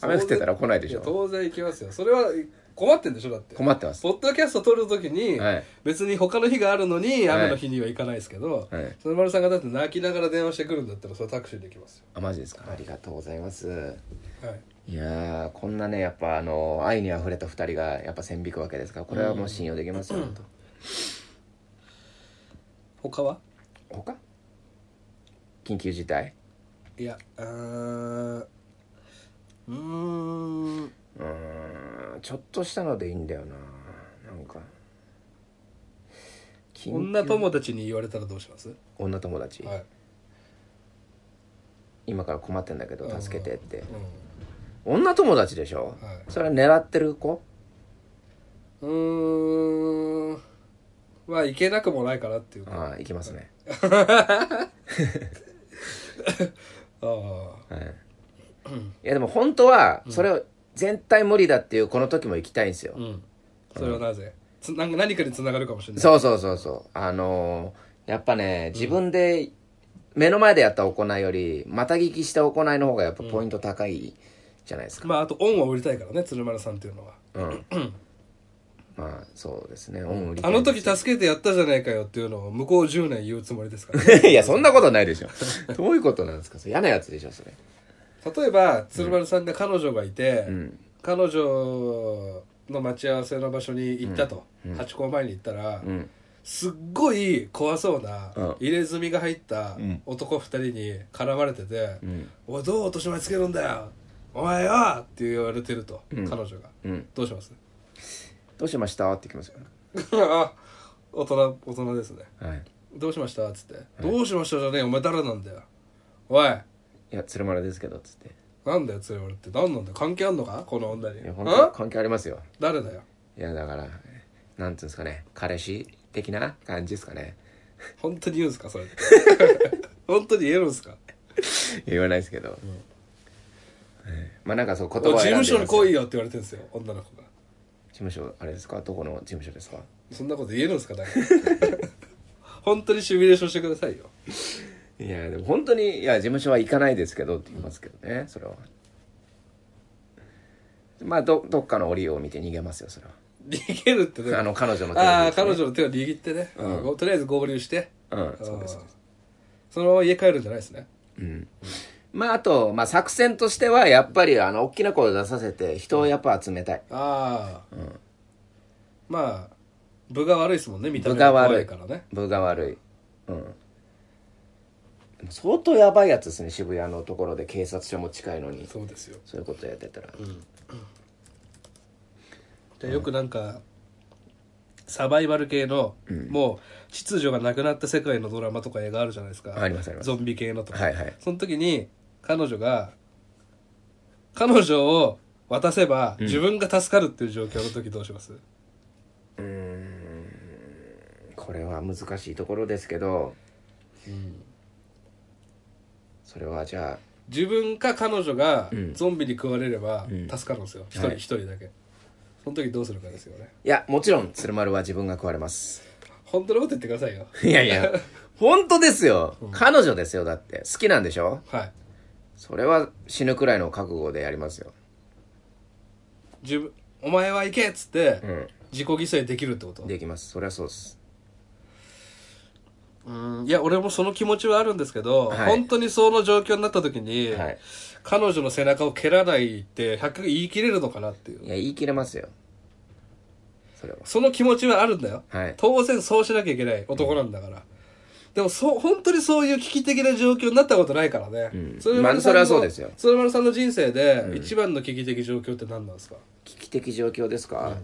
Speaker 1: 雨降ってたら来ないでし
Speaker 2: いや
Speaker 1: ょ
Speaker 2: 当然行きますよそれは困ってんでしょだって
Speaker 1: 困ってます
Speaker 2: ポッドキャスト撮るときに、
Speaker 1: はい
Speaker 2: 別に他の日があるのに
Speaker 1: はい
Speaker 2: 雨の日には行かないですけど、
Speaker 1: はい
Speaker 2: その丸さんがだって泣きながら電話してくるんだったらそれタクシーで行きます
Speaker 1: あマジですかありがとうございます
Speaker 2: よ、はい、
Speaker 1: いやーこんなねやっぱあの愛にあふれた2人がやっぱ線引くわけですからこれはもう信用できますよ、ほんと、
Speaker 2: 他は
Speaker 1: 他緊急事態
Speaker 2: いやうーんうーん
Speaker 1: うーんちょっとしたのでいいんだよななんか緊
Speaker 2: 女友達に言われたらどうします、
Speaker 1: 女友達、
Speaker 2: はい
Speaker 1: 今から困ってんだけど助けてって
Speaker 2: う
Speaker 1: 女友達でしょ、
Speaker 2: はい
Speaker 1: それ狙ってる子
Speaker 2: ん、うーんまあ行けなくもないかなっていうか
Speaker 1: ああ行きますね、
Speaker 2: ああ
Speaker 1: はい、いやでも本当はそれを全体無理だっていうこの時も行きたいんですよ、
Speaker 2: うんそれはなぜつなんか何かにつながるかもしれない
Speaker 1: そうそうそうそうあのーやっぱね自分で目の前でやった行いよりまた聞きした行いの方がやっぱポイント高いじゃないですか、
Speaker 2: まああと恩は売りたいからね鶴丸さんっていうのは [clears throat]
Speaker 1: うん、まあそうですね恩売りた
Speaker 2: あ
Speaker 1: い
Speaker 2: の時助けてやったじゃないかよっていうのを向こう10年言うつもりですか
Speaker 1: [laughs]
Speaker 2: ら、
Speaker 1: いやそんなことないでしょどういうことなんですかそれ嫌なやつでしょそれ
Speaker 2: 例えば鶴丸さんが彼女がいて、
Speaker 1: うん
Speaker 2: 彼女の待ち合わせの場所に行ったと、ハチ公前に行ったら、
Speaker 1: うん
Speaker 2: すっごい怖そうな
Speaker 1: うん
Speaker 2: 入れ墨が入った
Speaker 1: ん
Speaker 2: 男2人に絡まれてて「
Speaker 1: ん
Speaker 2: おいどう落とし前つけるんだよお前よ!」って言われてると、彼女が、
Speaker 1: うん
Speaker 2: どうします
Speaker 1: [laughs] どうしましたって来ますよ
Speaker 2: あ大人大人ですね
Speaker 1: はい
Speaker 2: どうしましたっつって、どうしましたじゃねえよお前誰なんだよおい
Speaker 1: いや鶴丸ですけどっつって
Speaker 2: なんだよ連れ俺って何なんだよ関係あんのかこの女に
Speaker 1: いや本当
Speaker 2: ん
Speaker 1: 関係ありますよ
Speaker 2: 誰だよ
Speaker 1: いやだからなんていうんですかね彼氏的な感じですかね
Speaker 2: 本当に言うんすかそれ本当に言えるんすか
Speaker 1: [laughs] 言わないですけど、えーまあなんかそう言
Speaker 2: おい
Speaker 1: 葉を選んで
Speaker 2: 事
Speaker 1: ま
Speaker 2: 務
Speaker 1: す
Speaker 2: 所に来いよって言われてるんですよ女の子が
Speaker 1: 事務所あれですかどこの事務所ですか
Speaker 2: そんなこと言えるん
Speaker 1: [laughs]
Speaker 2: すかだから本当にシミュレーションしてくださいよ
Speaker 1: いやでも本当にいや事務所は行かないですけどって言いますけどねそれはまあどどっかの折を見て逃げますよそれは
Speaker 2: 逃げるってね
Speaker 1: あの彼女の手を握
Speaker 2: ああ
Speaker 1: ってね
Speaker 2: 彼女の手を握ってね、ごとりあえず合流して
Speaker 1: うんそうです
Speaker 2: あーそのまま家帰るんじゃないですね
Speaker 1: うんまああと、まあ、作戦としてはやっぱりあの大きな声を出させて人をやっぱ集めたい、
Speaker 2: ああ、まあ分が悪いですもんね見た目
Speaker 1: 分が
Speaker 2: が
Speaker 1: 悪い
Speaker 2: 怖いからね
Speaker 1: 分が悪いうん相当やばいやつですね渋谷のところで警察署も近いのに
Speaker 2: そうですよ
Speaker 1: そういうことやってたら
Speaker 2: でよくなんかサバイバル系の、もう秩序がなくなった世界のドラマとか映画あるじゃないですか
Speaker 1: ありますあります
Speaker 2: ゾンビ系のとか、
Speaker 1: はいはい
Speaker 2: その時に彼女が彼女を渡せば自分が助かるっていう状況の時どうします、
Speaker 1: これは難しいところですけど、それはじゃあ
Speaker 2: 自分か彼女が
Speaker 1: ん
Speaker 2: ゾンビに食われれば
Speaker 1: ん
Speaker 2: 助かるんですよ一、
Speaker 1: はい
Speaker 2: 人一人だけその時どうするかですよね
Speaker 1: いやもちろん鶴丸は自分が食われます
Speaker 2: 本当のこと言ってくださいよ
Speaker 1: いやいや本当ですよ彼女ですよだって好きなんでしょ
Speaker 2: はい
Speaker 1: それは死ぬくらいの覚悟でやりますよ
Speaker 2: 自分お前は行けっつって、
Speaker 1: うん
Speaker 2: 自己犠牲できるってこと
Speaker 1: できますそれはそうです
Speaker 2: うんいや俺もその気持ちはあるんですけど、
Speaker 1: はい
Speaker 2: 本当にその状況になった時に、
Speaker 1: はい
Speaker 2: 彼女の背中を蹴らないって100言い切れるのかなってい
Speaker 1: いうや言い切れますよそれは
Speaker 2: その気持ちはあるんだよ、
Speaker 1: はい
Speaker 2: 当然そうしなきゃいけない男なんだから、でもそう本当にそういう危機的な状況になったことないからね、
Speaker 1: ん
Speaker 2: 鶴丸
Speaker 1: まあ
Speaker 2: さん
Speaker 1: そ
Speaker 2: の
Speaker 1: れはそうですよ
Speaker 2: 鶴丸さんの人生で一番の危機的状況って何なんですか、
Speaker 1: 危機的状況ですか、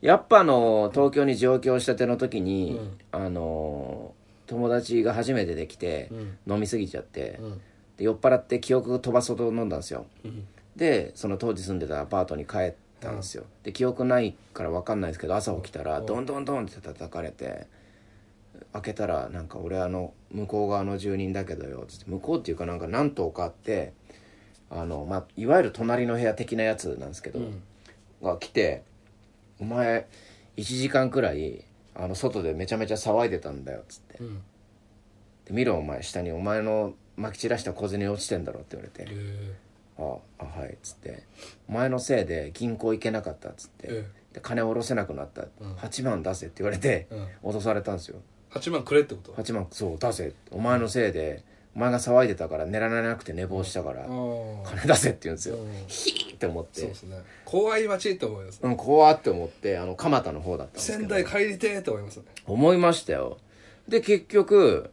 Speaker 1: やっぱあの東京に上京したての時に、あの友達が初めてできて、飲みすぎちゃって、で酔っ払って記憶飛ばそうと飲んだんですよ、でその当時住んでたアパートに帰ったんですよ、で記憶ないから分かんないですけど朝起きたらドンドンドンって叩かれて開けたらなんか俺あの向こう側の住人だけどよつって向こうっていうかなんか何棟かあってあの、まあ、いわゆる隣の部屋的なやつなんですけど、が来て「お前1時間くらいあの外でめちゃめちゃ騒いでたんだよ」っつって、
Speaker 2: ん
Speaker 1: で見ろお前下にお前の撒き散らした小銭落ちてんだろ」って言われて
Speaker 2: え
Speaker 1: ああはいっつって「お前のせいで銀行行けなかった」っつって、
Speaker 2: え
Speaker 1: で「金下ろせなくなった、8万出せ」って言われて、脅されたんですよ
Speaker 2: ー、8万くれってこと
Speaker 1: 8万そう出せお前のせいで、お前が騒いでたから寝られなくて寝坊したから、
Speaker 2: ああ
Speaker 1: 金出せって言うんですよ、
Speaker 2: うん
Speaker 1: ヒーって思っ
Speaker 2: そう
Speaker 1: て
Speaker 2: ですね怖い街って思います
Speaker 1: うん怖って思ってあの蒲田の方だったんですけ
Speaker 2: 仙
Speaker 1: ど
Speaker 2: 台帰りてーって思いますね
Speaker 1: 思いましたよで結局、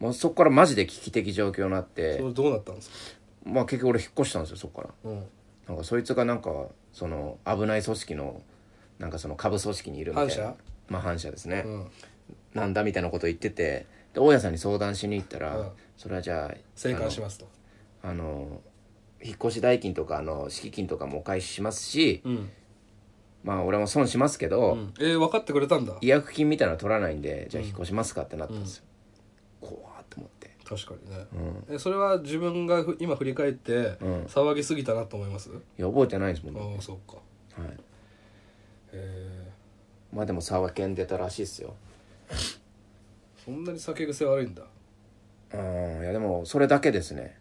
Speaker 1: まあ、そこからマジで危機的状況になっ
Speaker 2: そ
Speaker 1: て
Speaker 2: れどうなったんですか、
Speaker 1: まあ結局俺引っ越したんですよそこから
Speaker 2: うん
Speaker 1: なんかそいつがなんかその危ない組織のなんかその株組織にいるみたいな
Speaker 2: 反社
Speaker 1: まあ反社ですね、
Speaker 2: うん、
Speaker 1: なんだみたいなこと言っててで大家さんに相談しに行ったら、
Speaker 2: うん
Speaker 1: それはじゃあ
Speaker 2: 生還しますと
Speaker 1: あの引っ越し代金とかあの敷金とかもお返ししますし、
Speaker 2: うん、
Speaker 1: まあ俺も損しますけ
Speaker 2: う
Speaker 1: ど、
Speaker 2: ん、えー、分かってくれたんだ
Speaker 1: 違約金みたいなの取らないんでじゃあ引っ越しますかってなったんですよ、怖ーって思って
Speaker 2: 確かにね、えそれは自分がふ今振り返って
Speaker 1: うん
Speaker 2: 騒ぎすぎたなと思います、
Speaker 1: いや覚えてないですもんね、
Speaker 2: ああそうか
Speaker 1: はい、
Speaker 2: へ
Speaker 1: まあでも騒ぎんでたらしいっすよ
Speaker 2: えそんなに酒癖悪いんだ
Speaker 1: うんいやでもそれだけですね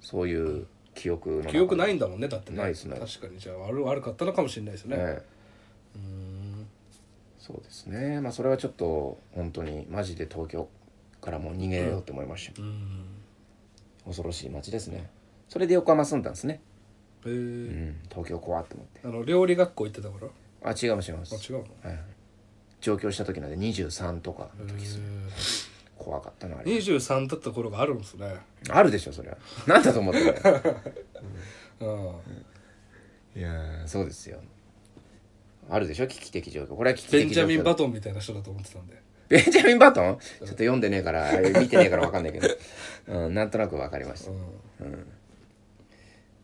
Speaker 1: そういう記憶の中
Speaker 2: 記憶ないんだもんねだってね
Speaker 1: ないですね
Speaker 2: 確かにじゃあ悪悪かったのかもしれないですね、
Speaker 1: ええ
Speaker 2: うーん
Speaker 1: そうですねまあそれはちょっと本当にマジで東京からもう逃げようって思いました、
Speaker 2: うーん
Speaker 1: 恐ろしい街ですねそれで横浜住んだんですね、
Speaker 2: え
Speaker 1: う
Speaker 2: ー
Speaker 1: ん、東京怖って思って
Speaker 2: あの料理学校行ってたから
Speaker 1: あ
Speaker 2: あ
Speaker 1: 違います違います
Speaker 2: 違うの、
Speaker 1: はい、上京した時なんで23とかの時です
Speaker 2: え
Speaker 1: 怖かったなあ
Speaker 2: ー、
Speaker 1: れ
Speaker 2: 23だった頃があるんですね
Speaker 1: あるでしょそれはなんだと思ってん
Speaker 2: [laughs]
Speaker 1: だよ
Speaker 2: うん、
Speaker 1: いやーそうですよあるでしょ危機的状況これは危機
Speaker 2: ベ
Speaker 1: 的
Speaker 2: ンジ
Speaker 1: 状況
Speaker 2: ャミン・バトンみたいな人だと思ってたんで
Speaker 1: [laughs] ベンジャミン・バトンちょっと読んでねえから見てねえから分かんない
Speaker 2: [laughs]
Speaker 1: けど、うん、なんとなく分かりました
Speaker 2: うん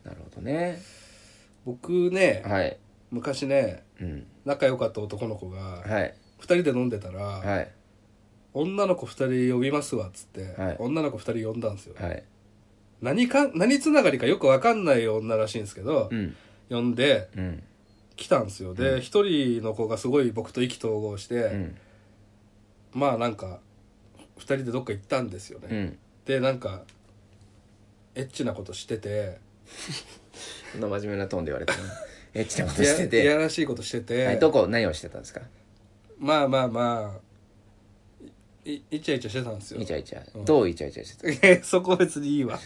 Speaker 1: なるほどね
Speaker 2: 僕ね
Speaker 1: はい
Speaker 2: 昔ね
Speaker 1: うん
Speaker 2: 仲良かった男の子が
Speaker 1: はい
Speaker 2: 2人で飲んでたら、
Speaker 1: はい
Speaker 2: 女の子2人呼びますわっつって、
Speaker 1: はい
Speaker 2: 女の子2人呼んだんですよ、
Speaker 1: はい
Speaker 2: 何か何つながりかよく分かんない女らしいんですけど、
Speaker 1: うん
Speaker 2: 呼んで
Speaker 1: うん
Speaker 2: 来たんですよで一、人の子がすごい僕と意気投合して、
Speaker 1: うん
Speaker 2: まあなんか2人でどっか行ったんですよね、
Speaker 1: うん
Speaker 2: でなんかエッチなことしてて
Speaker 1: そんな真面目なトーンで言われて
Speaker 2: [laughs]
Speaker 1: ねエッチなこと
Speaker 2: いや
Speaker 1: して
Speaker 2: いや
Speaker 1: て、
Speaker 2: らしいことしてて、
Speaker 1: はい、どこ何をしてたんですか
Speaker 2: まあまあまあいイチャイチャしてたんですよ
Speaker 1: イチャイチャ、どうイチャイチャしてた
Speaker 2: [laughs] そこ別にいいわ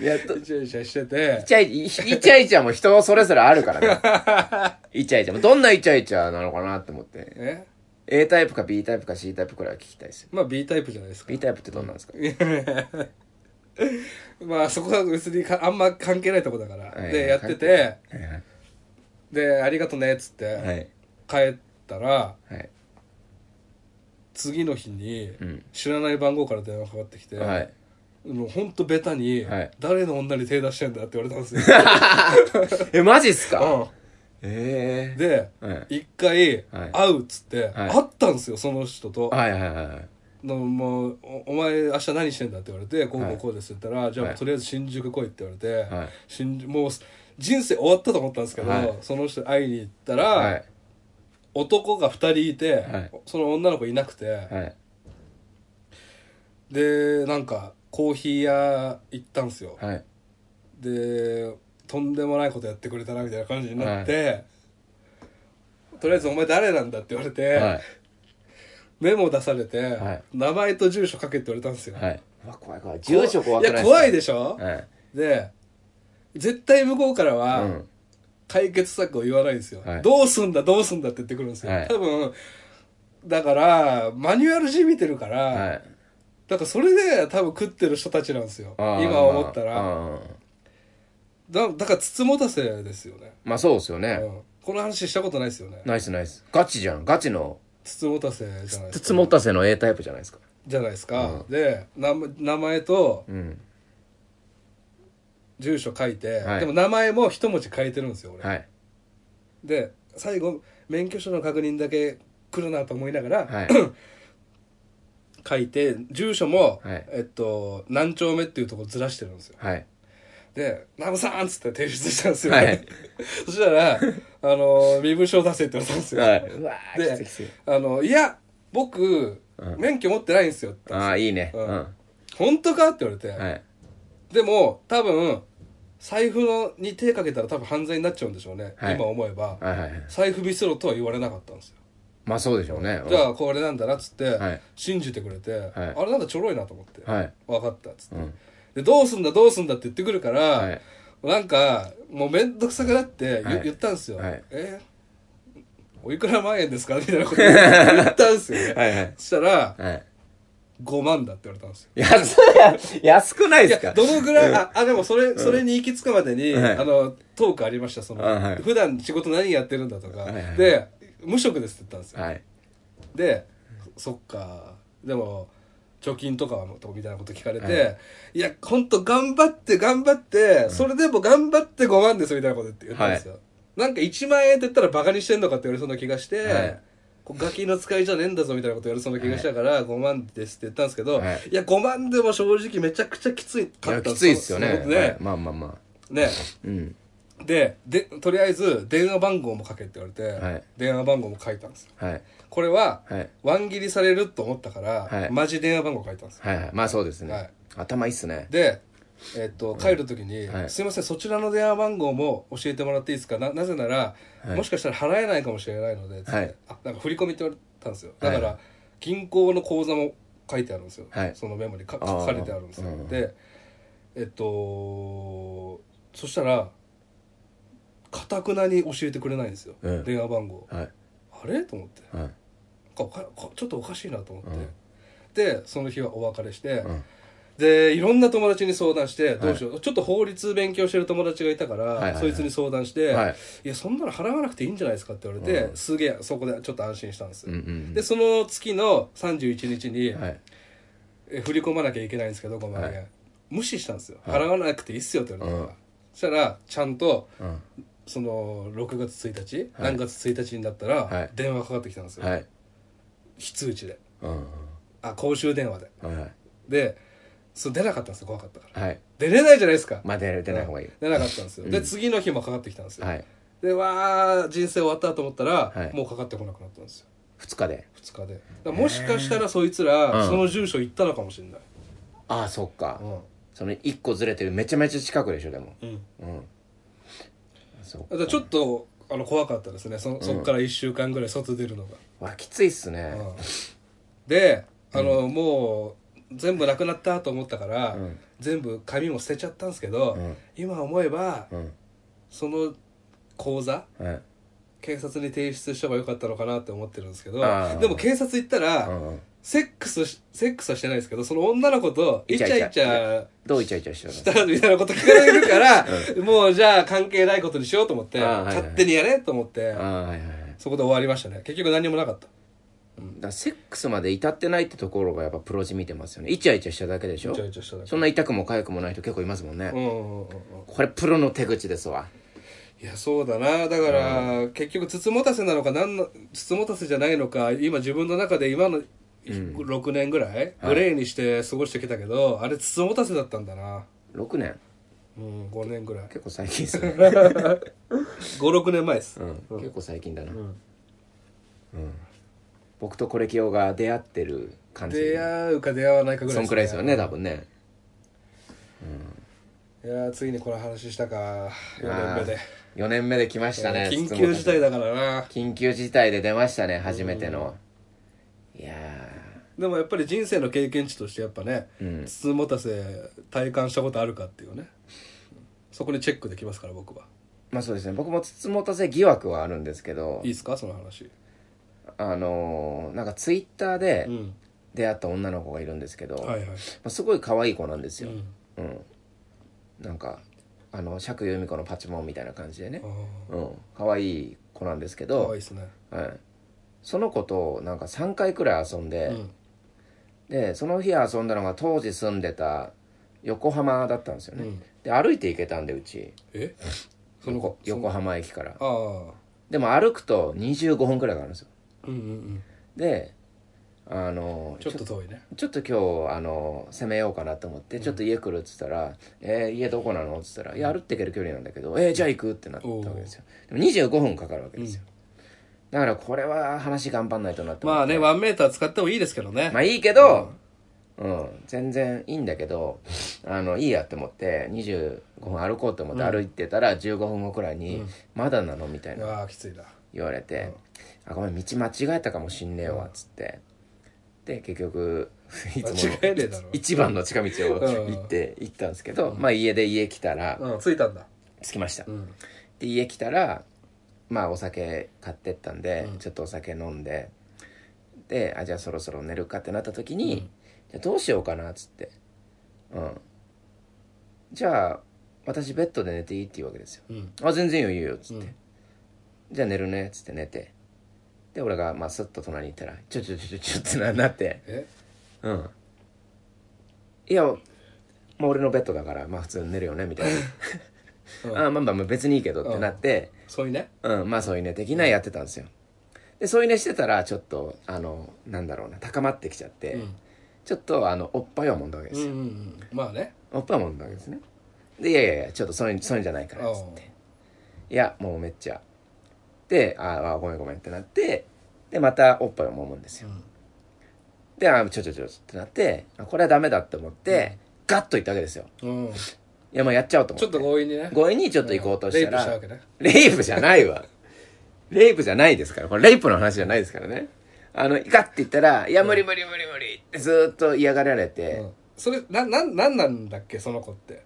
Speaker 1: いやど
Speaker 2: イチャイチャしてて
Speaker 1: イチャイイチャイチャも人それぞれある
Speaker 2: [laughs]
Speaker 1: からね。イチャイチャも。どんなイチャイチャなのかなって思って。
Speaker 2: え
Speaker 1: A タイプか B タイプか C タイプくらいは聞きたいですよ。
Speaker 2: まあ B タイプじゃないですか
Speaker 1: B タイプってどんなんですか
Speaker 2: いやまあそこは別にかあんま関係ないとこだから、
Speaker 1: はい
Speaker 2: でやってて
Speaker 1: はいはい
Speaker 2: で「ありがとね」っつって、
Speaker 1: はい
Speaker 2: 帰ったら
Speaker 1: はい
Speaker 2: 次の日に
Speaker 1: ん
Speaker 2: 知らない番号から電話かかってきて、
Speaker 1: はい
Speaker 2: もうほんとベタに、
Speaker 1: はい
Speaker 2: 誰の女に手出してんだ」って言われたんですよ、
Speaker 1: [laughs] えマジっすか
Speaker 2: う
Speaker 1: え
Speaker 2: ん、
Speaker 1: え
Speaker 2: で
Speaker 1: はい
Speaker 2: 一回
Speaker 1: はい
Speaker 2: 会うっつって、
Speaker 1: はい
Speaker 2: 会ったんですよその人と、
Speaker 1: はいはいはいはい
Speaker 2: のもうおお前明日何してんだ?」って言われて「こう
Speaker 1: は
Speaker 2: こ
Speaker 1: いう
Speaker 2: こうです」って言ったら「じゃあ、
Speaker 1: はい
Speaker 2: とりあえず新宿来い」って言われて、
Speaker 1: はい
Speaker 2: 新宿もう人生終わったと思ったんですけど、
Speaker 1: はい
Speaker 2: その人に会いに行ったら、
Speaker 1: はい
Speaker 2: 男が2人いて、
Speaker 1: はい
Speaker 2: その女の子いなくて、
Speaker 1: はい
Speaker 2: でなんかコーヒー屋行ったんですよ、
Speaker 1: はい
Speaker 2: でとんでもないことやってくれたなみたいな感じになって、とりあえず「お前誰なんだ?」って言われて、
Speaker 1: はい
Speaker 2: メモ出されて、
Speaker 1: はい
Speaker 2: 名前と住所書けって言われたんですよ、
Speaker 1: はい。うわ、怖い怖い。住所怖くない
Speaker 2: や怖い
Speaker 1: で
Speaker 2: でしょ、
Speaker 1: はい。
Speaker 2: で絶対向こうからは、
Speaker 1: うん。
Speaker 2: 解決策を言わないんですよ、
Speaker 1: はい
Speaker 2: どうすんだどうすんだって言ってくるんですよ、
Speaker 1: はい
Speaker 2: 多分だからマニュアルじみてるから、
Speaker 1: はい。
Speaker 2: だからそれで多分食ってる人たちなんですよ
Speaker 1: あー
Speaker 2: 今思った。ら
Speaker 1: まあうん
Speaker 2: だだからつ持たせですよね、
Speaker 1: まあそうですよ
Speaker 2: う
Speaker 1: ね。
Speaker 2: ん、この話したことないですよね
Speaker 1: ナイスナイス。ガチじゃん。ガチの、
Speaker 2: つ持たせじゃないで
Speaker 1: つ
Speaker 2: す
Speaker 1: つ
Speaker 2: か
Speaker 1: もたせの A タイプじゃないですか。
Speaker 2: じゃないですか、で名名前と
Speaker 1: うん。
Speaker 2: 住所書いて、
Speaker 1: はい
Speaker 2: でも名前も一文字変えてるんですよ俺、
Speaker 1: はい。
Speaker 2: で最後免許証の確認だけ来るなと思いながら、
Speaker 1: はい。
Speaker 2: [coughs] 書いて住所も、
Speaker 1: はい
Speaker 2: えっと何丁目っていうとこずらしてるんですよ
Speaker 1: はい。
Speaker 2: で「ナムさん!」っつって提出したんですよ、
Speaker 1: はい。
Speaker 2: [laughs] そしたら「あの身分証出せ」って言われたんですよ、
Speaker 1: はい。うわー、きつ
Speaker 2: で
Speaker 1: いきつい。
Speaker 2: あのいや僕、
Speaker 1: うん
Speaker 2: 免許持ってないんですよって
Speaker 1: ああ、いいね。う。
Speaker 2: うんん
Speaker 1: は
Speaker 2: 本当かって言われて、
Speaker 1: い。
Speaker 2: でも多分財布のに手かけたら多分犯罪になっちゃうんでしょうね、
Speaker 1: はい
Speaker 2: 今思えば、
Speaker 1: はいはいはい。
Speaker 2: 財布見せろとは言われなかったんですよ
Speaker 1: まあそうでしょうね。うん
Speaker 2: じゃあこれなんだなっつって、
Speaker 1: はい
Speaker 2: 信じてくれて、
Speaker 1: い
Speaker 2: あれなんかちょろいなと思って、
Speaker 1: はい。
Speaker 2: 分かったっつって、
Speaker 1: うん。
Speaker 2: でどうすんだどうすんだって言ってくるから、
Speaker 1: はい。
Speaker 2: なんかもう面倒くさくなって言,、
Speaker 1: はい
Speaker 2: 言ったんですよ、
Speaker 1: はい
Speaker 2: えおいくら万円ですかみたいなこと言ったんですよね、
Speaker 1: はいはい。
Speaker 2: そしたら
Speaker 1: はい。
Speaker 2: 5万だって言われたんですよ
Speaker 1: 安い、安くない
Speaker 2: い
Speaker 1: ですか
Speaker 2: やどのぐらいああでもそれそれに行き着くまでに、
Speaker 1: はい
Speaker 2: あのトークありましたその、
Speaker 1: あはい
Speaker 2: 普段仕事何やってるんだとか、
Speaker 1: はいはい
Speaker 2: で無職ですって言ったんですよ、
Speaker 1: はい。
Speaker 2: でそっかでも貯金とかはとみたいなこと聞かれて、、
Speaker 1: はい
Speaker 2: やほんと頑張って頑張って、それでも頑張って5万ですみたいなこと言ったんですよ、なんか1万円って言ったらバカにしてんのかって言われそうな気がして、
Speaker 1: はい
Speaker 2: こうガキの使いじゃねえんだぞみたいなこと言われそうな気がしたから、5万ですって言ったんですけど、
Speaker 1: はい
Speaker 2: い、や5万でも正直めちゃくちゃきつい
Speaker 1: い
Speaker 2: か
Speaker 1: や、
Speaker 2: ったん
Speaker 1: き
Speaker 2: で
Speaker 1: ついっすよ
Speaker 2: そ
Speaker 1: ね。
Speaker 2: のね,、
Speaker 1: はいまあまあまあ。
Speaker 2: ね
Speaker 1: うん。
Speaker 2: ででとりあえず電話番号も書けって言われて、
Speaker 1: はい
Speaker 2: 電話番号も書いたんですよ
Speaker 1: はい。
Speaker 2: これは、
Speaker 1: はい。
Speaker 2: ワン切りされると思ったから、
Speaker 1: はい
Speaker 2: マジ電話番号書いたんですよ
Speaker 1: はいはい。まあそうですね。
Speaker 2: はい
Speaker 1: 頭いいっすね。
Speaker 2: で、えっと帰る時に、
Speaker 1: はい
Speaker 2: すいませんそちらの電話番号も教えてもらっていいですかななぜなら、
Speaker 1: はい
Speaker 2: もしかしたら払えないかもしれないので」つって
Speaker 1: はい
Speaker 2: あなんか振り込みって言われたんですよだから、
Speaker 1: は
Speaker 2: 銀行の口座も書いてあるんですよ、
Speaker 1: はい
Speaker 2: そのメモにか
Speaker 1: あー
Speaker 2: 書かれてあるんですよ、
Speaker 1: うん
Speaker 2: でえっとそしたらかたくなに教えてくれないんですよ、
Speaker 1: うん
Speaker 2: 電話番号
Speaker 1: はい。
Speaker 2: あれと思って
Speaker 1: はい。
Speaker 2: かおかかちょっとおかしいなと思って、
Speaker 1: うん
Speaker 2: でその日はお別れして、
Speaker 1: うん
Speaker 2: でいろんな友達に相談してどうしよう、ちょっと法律勉強してる友達がいたから、
Speaker 1: いはいはい
Speaker 2: そいつに相談して、
Speaker 1: はい
Speaker 2: い、やそんなの払わなくていいんじゃないですかって言われて、
Speaker 1: うん
Speaker 2: すげえそこでちょっと安心したんです、
Speaker 1: うんうんうん。
Speaker 2: でその月の31日に、
Speaker 1: はい。
Speaker 2: え振り込まなきゃいけないんですけど5万円、
Speaker 1: は
Speaker 2: 無視したんですよ、
Speaker 1: はい
Speaker 2: 払わなくていいっすよって言われたから、
Speaker 1: うん
Speaker 2: そしたらちゃんと
Speaker 1: うん。
Speaker 2: その6月1日、
Speaker 1: はい
Speaker 2: 何月1日になったら、
Speaker 1: はい
Speaker 2: 電話かかってきたんですよ、
Speaker 1: はい。
Speaker 2: 非通知で
Speaker 1: うん。
Speaker 2: あ公衆電話で
Speaker 1: はい。
Speaker 2: でそう出なかったんですよ怖かったから
Speaker 1: はい。
Speaker 2: 出れないじゃないですか
Speaker 1: まあ出られてない方がいい。
Speaker 2: 出なかったんですよ、
Speaker 1: う
Speaker 2: で
Speaker 1: ん
Speaker 2: 次の日もかかってきたんですよ、
Speaker 1: はい。
Speaker 2: でわあ人生終わったと思ったら、
Speaker 1: はい
Speaker 2: もうかかってこなくなったんですよ
Speaker 1: 二日で。
Speaker 2: 2日でだからもしかしたらそいつら、
Speaker 1: うん
Speaker 2: その住所行ったのかもしれない、
Speaker 1: ああ、そっか
Speaker 2: う。ん
Speaker 1: その一個ずれてるめちゃめちゃ近くでしょ、でも。うん。そう。
Speaker 2: だからちょっとあの怖かったですねそそっから1週間ぐらい外出るのが、
Speaker 1: わ、きついっすね。
Speaker 2: うんであの、もう全部なくなったと思ったから、
Speaker 1: うん
Speaker 2: 全部紙も捨てちゃったんですけど、
Speaker 1: うん
Speaker 2: 今思えば、
Speaker 1: うん。
Speaker 2: その口座
Speaker 1: はい。
Speaker 2: 警察に提出した方が良かったのかなって思ってるんですけど
Speaker 1: あー
Speaker 2: でも警察行ったら、
Speaker 1: うんうん。
Speaker 2: セックスし、セックスはしてないですけど、その女の子とイチャイチャ
Speaker 1: どうイチャイチャしてるの
Speaker 2: したみたいなこと聞かれるから、もうじゃあ関係ないことにしようと思って、
Speaker 1: あはいはい
Speaker 2: 勝手にやれと思って、
Speaker 1: ああはいはいはい
Speaker 2: そこで終わりましたね。結局何もなかった。
Speaker 1: だからセックスまで至ってないってところがやっぱプロ地見てますよねイチャイチャしただけでし
Speaker 2: イ
Speaker 1: ょ
Speaker 2: チャイチャしただけ。
Speaker 1: そんな痛くも痒くもない人結構いますもんね、
Speaker 2: うんうんうんうん。
Speaker 1: これプロの手口ですわ
Speaker 2: いや、そうだな。だから、結局、つつもたせなのか、なんの、つつもたせじゃないのか、今自分の中で今の、6年ぐらい、
Speaker 1: はい
Speaker 2: グレーにして過ごしてきたけど、あれ、つつもたせだったんだな。
Speaker 1: 6年
Speaker 2: うん、5年ぐらい。
Speaker 1: 結構最近ですね、
Speaker 2: 5、6年前です。
Speaker 1: うん、結構最近だな、
Speaker 2: ん
Speaker 1: 僕とコレキオが出会ってる感じ
Speaker 2: 出会うか出会わないかぐら
Speaker 1: そ
Speaker 2: い
Speaker 1: んくらいですよね多分ね
Speaker 2: いやーついにこの話したか4年目で
Speaker 1: 4年目で来ましたね
Speaker 2: 緊急事態だからな
Speaker 1: 緊急事態で出ましたね初めてのいや
Speaker 2: でもやっぱり人生の経験値としてやっぱね
Speaker 1: うん
Speaker 2: つつもたせ体感したことあるかっていうねそこにチェックできますから僕は
Speaker 1: まあそうですね僕もつつもたせ疑惑はあるんですけど
Speaker 2: いいですかその話
Speaker 1: あのーなんかツイッターで
Speaker 2: うん
Speaker 1: 出会った女の子がいるんですけど、
Speaker 2: はいはい
Speaker 1: まあ、すごい可愛い子なんです
Speaker 2: う
Speaker 1: よ、
Speaker 2: ん
Speaker 1: うんなんかあの釈由美子のパチモンみたいな感じでね
Speaker 2: あ、ー
Speaker 1: うん、可愛い子なんですけ
Speaker 2: かわいい
Speaker 1: ど、
Speaker 2: ですね
Speaker 1: はい、その子となんか3回くらい遊んで、
Speaker 2: うん
Speaker 1: でその日遊んだのが当時住んでた横浜だったんですよ
Speaker 2: う
Speaker 1: ね、
Speaker 2: ん
Speaker 1: で歩いて行けたんでうち
Speaker 2: えその子
Speaker 1: 横浜駅から
Speaker 2: ああ
Speaker 1: でも歩くと25分くらいかかるんですよ
Speaker 2: うんうんうん
Speaker 1: であの
Speaker 2: ちょっと遠いね
Speaker 1: ちょっと今日あの攻めようかなと思って「ちょっと家来る」っつったら「えー家どこなの?」っつったら「いや歩って行ける距離なんだけどえーじゃあ行く」ってなったわけですよでも25分かかるわけですよ、だからこれは話頑張んないとなって思って
Speaker 2: まあねワンメーター使ってもいいですけどね
Speaker 1: まあいいけど、うん、全然いいんだけど、あの、いいやって思って、25分歩こうと思って歩いてたら、15分後くらいに、まだなのみたいな
Speaker 2: ああきついな
Speaker 1: 言われて、あ、ごめん、道間違えたかもしんねえわ、つって。で、結局、い
Speaker 2: 間
Speaker 1: つ
Speaker 2: 違
Speaker 1: も
Speaker 2: えねえだろ
Speaker 1: 一番の近道を
Speaker 2: うん
Speaker 1: 行って、行ったんですけど、まあ家で家来たら、
Speaker 2: うん着いたんだ
Speaker 1: 着きました
Speaker 2: う。ん
Speaker 1: で家来たらまあお酒買ってったんで、ちょっとお酒飲んでであじゃあそろそろ寝るかってなった時に、じゃあどうしようかなっつってうんじゃあ私ベッドで寝ていいって言うわけですよ
Speaker 2: うん
Speaker 1: あ全然よいいよっつって、
Speaker 2: うん
Speaker 1: じゃあ寝るねっつって寝てで俺がまあスッと隣に行ったらちょちょちょちょちょってななって
Speaker 2: え
Speaker 1: うんいやもう俺のベッドだからまあ普通に寝るよねみたいな、あまあまあまあ別にいいけどってなって、
Speaker 2: そういうね
Speaker 1: うん、まあ添い寝的なやってたんですよ。で、添い寝してたら、ちょっと、あの、なんだろうな、高まってきちゃって、
Speaker 2: うん
Speaker 1: ちょっと、あの、おっぱいを揉んだわけです
Speaker 2: うん
Speaker 1: よ。
Speaker 2: うんうんまあね
Speaker 1: おっぱいを揉んだわけですね。で、いやいやいや、ちょっとそういうん、そういうんじゃないから、つって。いや、もうめっちゃ。で、ああ、ごめんごめんってなって、で、またおっぱいを揉むんですよ。
Speaker 2: うん
Speaker 1: で、ああ、ちょちょちょってなって、あこれはダメだって思って、ガッといったわけですよ。
Speaker 2: うん
Speaker 1: いや、まあやっちゃおうと思っ
Speaker 2: ち
Speaker 1: て。
Speaker 2: ょっと強引にね
Speaker 1: 強引にちょっと行こうとした
Speaker 2: レイプした
Speaker 1: ら
Speaker 2: わけね、
Speaker 1: レイプじゃないわ。レイプじゃないですから、これレイプの話じゃないですからね。あの、ガッて言ったら、いや、無理無理無理無理ってずーっと嫌がられ
Speaker 2: う
Speaker 1: て、
Speaker 2: んそれなななんなんだっけその子って